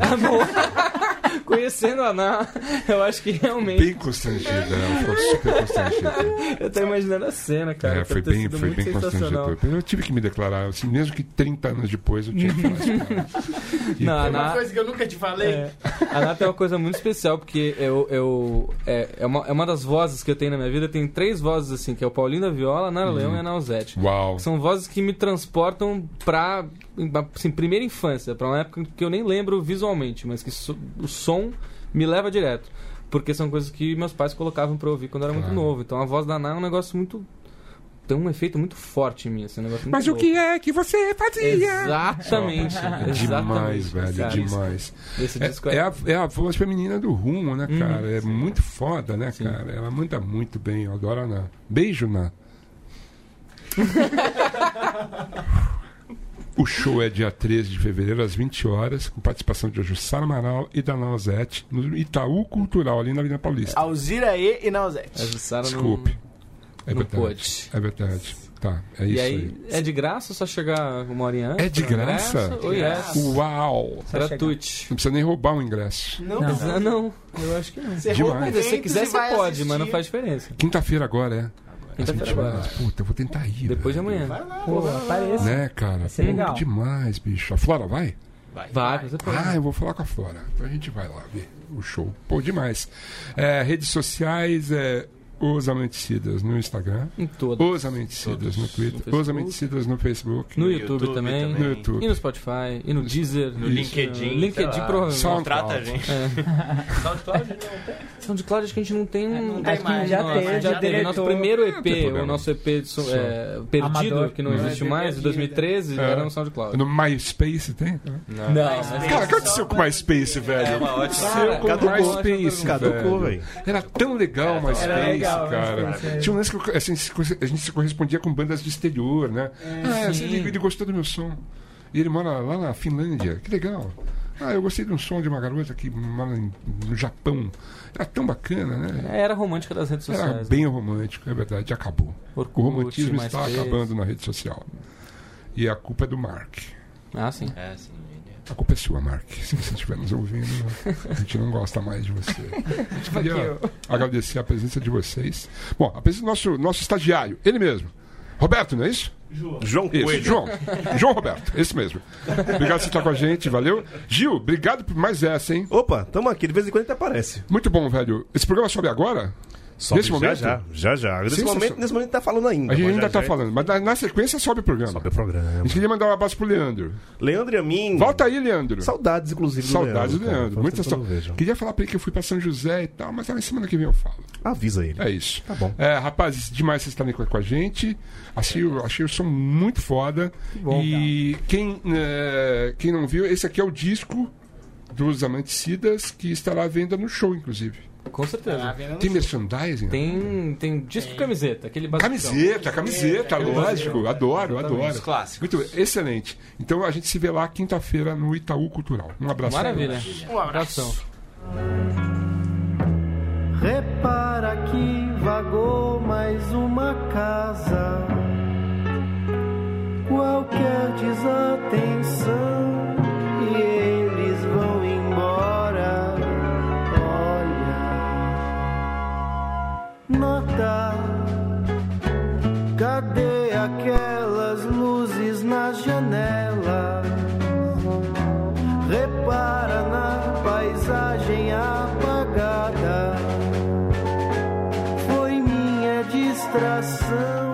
Speaker 5: conhecendo a Ana, <laughs> eu acho que realmente.
Speaker 3: bem constrangida, ela ficou super constrangida.
Speaker 5: Eu tô imaginando a cena, cara.
Speaker 3: É, foi
Speaker 5: Deve ter
Speaker 3: bem,
Speaker 5: sido
Speaker 3: foi
Speaker 5: muito
Speaker 3: bem
Speaker 5: sensacional.
Speaker 3: constrangedor. Eu tive que me declarar, assim, mesmo que 30 anos depois eu tinha que falar isso pra ela. <laughs> E
Speaker 5: Não,
Speaker 3: foi-
Speaker 5: na-
Speaker 7: Uma coisa que eu nunca te falei.
Speaker 5: É. A Nath é uma coisa muito especial, porque eu, eu, é, é, uma, é uma das vozes que eu tenho na minha vida. Tem três vozes, assim, que é o Paulinho da Viola, a
Speaker 3: Uhum.
Speaker 5: Nara Leão e a Nausete.
Speaker 3: Uau.
Speaker 5: São vozes que me transportam pra assim, primeira infância, pra uma época que eu nem lembro visualmente, mas que so- o som me leva direto. Porque são coisas que meus pais colocavam pra eu ouvir quando eu era muito
Speaker 3: Claro.
Speaker 5: novo. Então a voz da Ná é um negócio muito. tem um efeito muito forte em mim, assim, um negócio
Speaker 3: Mas o
Speaker 5: muito
Speaker 3: que é que você fazia? <laughs>
Speaker 5: Exatamente.
Speaker 3: É demais,
Speaker 5: exatamente,
Speaker 3: velho, é
Speaker 5: cara.
Speaker 3: demais.
Speaker 5: Esse disco
Speaker 3: É,
Speaker 5: é,
Speaker 3: é a, é a voz feminina do rumo, né, cara? é muito foda, né,
Speaker 5: Hum, Sim.
Speaker 3: cara? Ela manda muito bem, eu adoro a Ná. Beijo,
Speaker 5: <laughs>
Speaker 3: Ná. o show é dia 13 de fevereiro, às 20 horas, com participação de Jussara Amaral e da Nausete, no Itaú Cultural, ali na Avenida
Speaker 5: Ah,
Speaker 3: Paulista.
Speaker 7: Alzira E e Nausete.
Speaker 5: Essa Sara não-
Speaker 3: Desculpe. é
Speaker 5: não
Speaker 3: verdade.
Speaker 5: pôde.
Speaker 3: É verdade. Tá, é isso
Speaker 5: E
Speaker 3: aí.
Speaker 5: aí, é de graça ou só chegar uma horinha antes?
Speaker 3: É de graça?
Speaker 5: Oh, yes.
Speaker 3: Uau!
Speaker 8: Só
Speaker 5: Gratuito.
Speaker 3: Não precisa nem roubar o ingresso.
Speaker 7: Não,
Speaker 8: Não.
Speaker 7: precisa.
Speaker 5: Ah, não, eu acho que não.
Speaker 7: Você
Speaker 3: Demais.
Speaker 7: rouba
Speaker 5: Mas
Speaker 7: eventos
Speaker 5: se você quiser,
Speaker 7: e
Speaker 5: você
Speaker 7: vai
Speaker 5: pode,
Speaker 7: assistir.
Speaker 5: mas não faz diferença.
Speaker 3: Quinta-feira agora, é. Às
Speaker 5: Quinta-feira
Speaker 3: 20
Speaker 5: agora.
Speaker 3: horas. Puta, eu vou tentar ir.
Speaker 5: Depois de
Speaker 3: velho.
Speaker 5: amanhã.
Speaker 8: Pô, apareça.
Speaker 3: Né, cara?
Speaker 8: ser legal.
Speaker 3: Pô, demais, bicho. A Flora vai?
Speaker 1: Vai.
Speaker 5: Vai, você pode.
Speaker 3: Ah, eu vou falar com a Flora. Então a gente vai lá ver o show. Pô, demais. É, redes sociais, é, Os Amenticidas no Instagram.
Speaker 5: Em todo.
Speaker 3: Os Amenticidas no Twitter.
Speaker 5: No
Speaker 3: os Amenticidas no Facebook.
Speaker 5: No YouTube, também.
Speaker 3: No YouTube.
Speaker 5: E no Spotify. E no Deezer.
Speaker 1: No
Speaker 5: e
Speaker 1: LinkedIn,
Speaker 5: No
Speaker 1: sei
Speaker 5: LinkedIn,
Speaker 1: lá.
Speaker 5: provavelmente.
Speaker 3: Só-
Speaker 1: Contrata a gente. SoundCloud não tem.
Speaker 5: SoundCloud acho que a gente não tem um.
Speaker 7: tem
Speaker 5: acho que
Speaker 7: mais,
Speaker 5: já
Speaker 7: não,
Speaker 5: teve,
Speaker 7: mas
Speaker 5: já
Speaker 7: já
Speaker 5: teve.
Speaker 7: deletou.
Speaker 5: Nosso primeiro
Speaker 3: tem
Speaker 5: EP,
Speaker 3: problema.
Speaker 5: o nosso EP de som- é, perdido,
Speaker 8: Amador.
Speaker 5: que não existe mais, de 2013,
Speaker 3: É.
Speaker 5: era no SoundCloud.
Speaker 3: No MySpace tem?
Speaker 5: Não, mas
Speaker 3: Cara, o que aconteceu com o MySpace, velho?
Speaker 1: É uma ótima.
Speaker 5: Cara,
Speaker 3: Caducou.
Speaker 5: eu acho uma pergunta.
Speaker 3: velho.
Speaker 4: Caducou, velho.
Speaker 3: Era tão legal o MySpace,
Speaker 12: legal,
Speaker 3: cara.
Speaker 12: mas foi isso, é.
Speaker 3: Tinha um lance que eu- assim, se co- a gente se correspondia com bandas de exterior, né? ah,
Speaker 5: sim.
Speaker 3: ele, ele gostou do meu som. E ele mora lá na Finlândia. Que legal. Ah, eu gostei de um som de uma garota que mora em- no Japão. Era tão bacana, né?
Speaker 5: É Era romântica das redes
Speaker 3: Era
Speaker 5: sociais. né?
Speaker 3: bem romântico, é verdade. Acabou.
Speaker 5: Orkut,
Speaker 3: O romantismo está
Speaker 5: MySpace.
Speaker 3: acabando na rede social. E a culpa é do Mark.
Speaker 5: Ah, sim.
Speaker 1: É, sim, ele
Speaker 3: A culpa é sua, Mark. Se você estiver nos ouvindo, a gente não gosta mais de você. A gente queria agradecer a presença de vocês. Bom, a presença do nosso, nosso estagiário, ele mesmo. Roberto, não é isso?
Speaker 4: João
Speaker 3: Isso,
Speaker 4: Coelho.
Speaker 3: João. João Roberto, esse mesmo. Obrigado por você estar com a gente, valeu. Gil, obrigado por mais essa, hein?
Speaker 4: Opa, tamo aqui, de vez em quando até aparece.
Speaker 3: Muito bom, velho. Esse programa sobe agora?
Speaker 4: Sobe
Speaker 3: Nesse
Speaker 4: já,
Speaker 3: momento?
Speaker 4: Já, já, já. Nesse
Speaker 3: Sensacional.
Speaker 4: momento, nesse momento tá falando ainda.
Speaker 3: A gente
Speaker 4: mas
Speaker 3: ainda
Speaker 4: já,
Speaker 3: está
Speaker 4: já
Speaker 3: falando, mas na, na sequência sobe o programa.
Speaker 4: Sobe o programa.
Speaker 3: <laughs> A gente queria mandar um abraço pro Leandro.
Speaker 4: Leandro e a mim.
Speaker 3: Volta aí, Leandro.
Speaker 4: Saudades, inclusive, do
Speaker 3: Saudades do
Speaker 4: Leandro. cara.
Speaker 3: Leandro.
Speaker 4: Faz
Speaker 3: Muita
Speaker 4: tempo que
Speaker 3: sal-
Speaker 4: eu não vejo.
Speaker 3: Queria falar pra ele que eu fui pra São José e tal, mas ah, semana que vem eu falo.
Speaker 4: Avisa ele.
Speaker 3: É isso.
Speaker 4: Tá bom.
Speaker 3: É, rapazes, demais vocês estarem com com a gente. Achei, o- achei o som muito foda.
Speaker 12: bom,
Speaker 3: e quem, é, quem não viu, esse aqui é o disco dos Amanticidas que estará à venda no show, inclusive.
Speaker 5: Com certeza.
Speaker 3: Tem merchandising?
Speaker 5: Tem, tem disco e camiseta, aquele basicão.
Speaker 3: Camiseta, camiseta, lógico. Adoro, adoro.
Speaker 1: Os clássicos.
Speaker 3: Muito bem, excelente. Então a gente se vê lá quinta-feira no Itaú Cultural. Um abraço.
Speaker 5: Maravilha.
Speaker 13: Um abraço.
Speaker 5: Abração.
Speaker 10: Repara que vagou mais uma casa. Qualquer desatenção e eles vão embora. Olha, nota. Cadê aquelas luzes nas janelas? repara na paisagem apagada. Foi minha distração.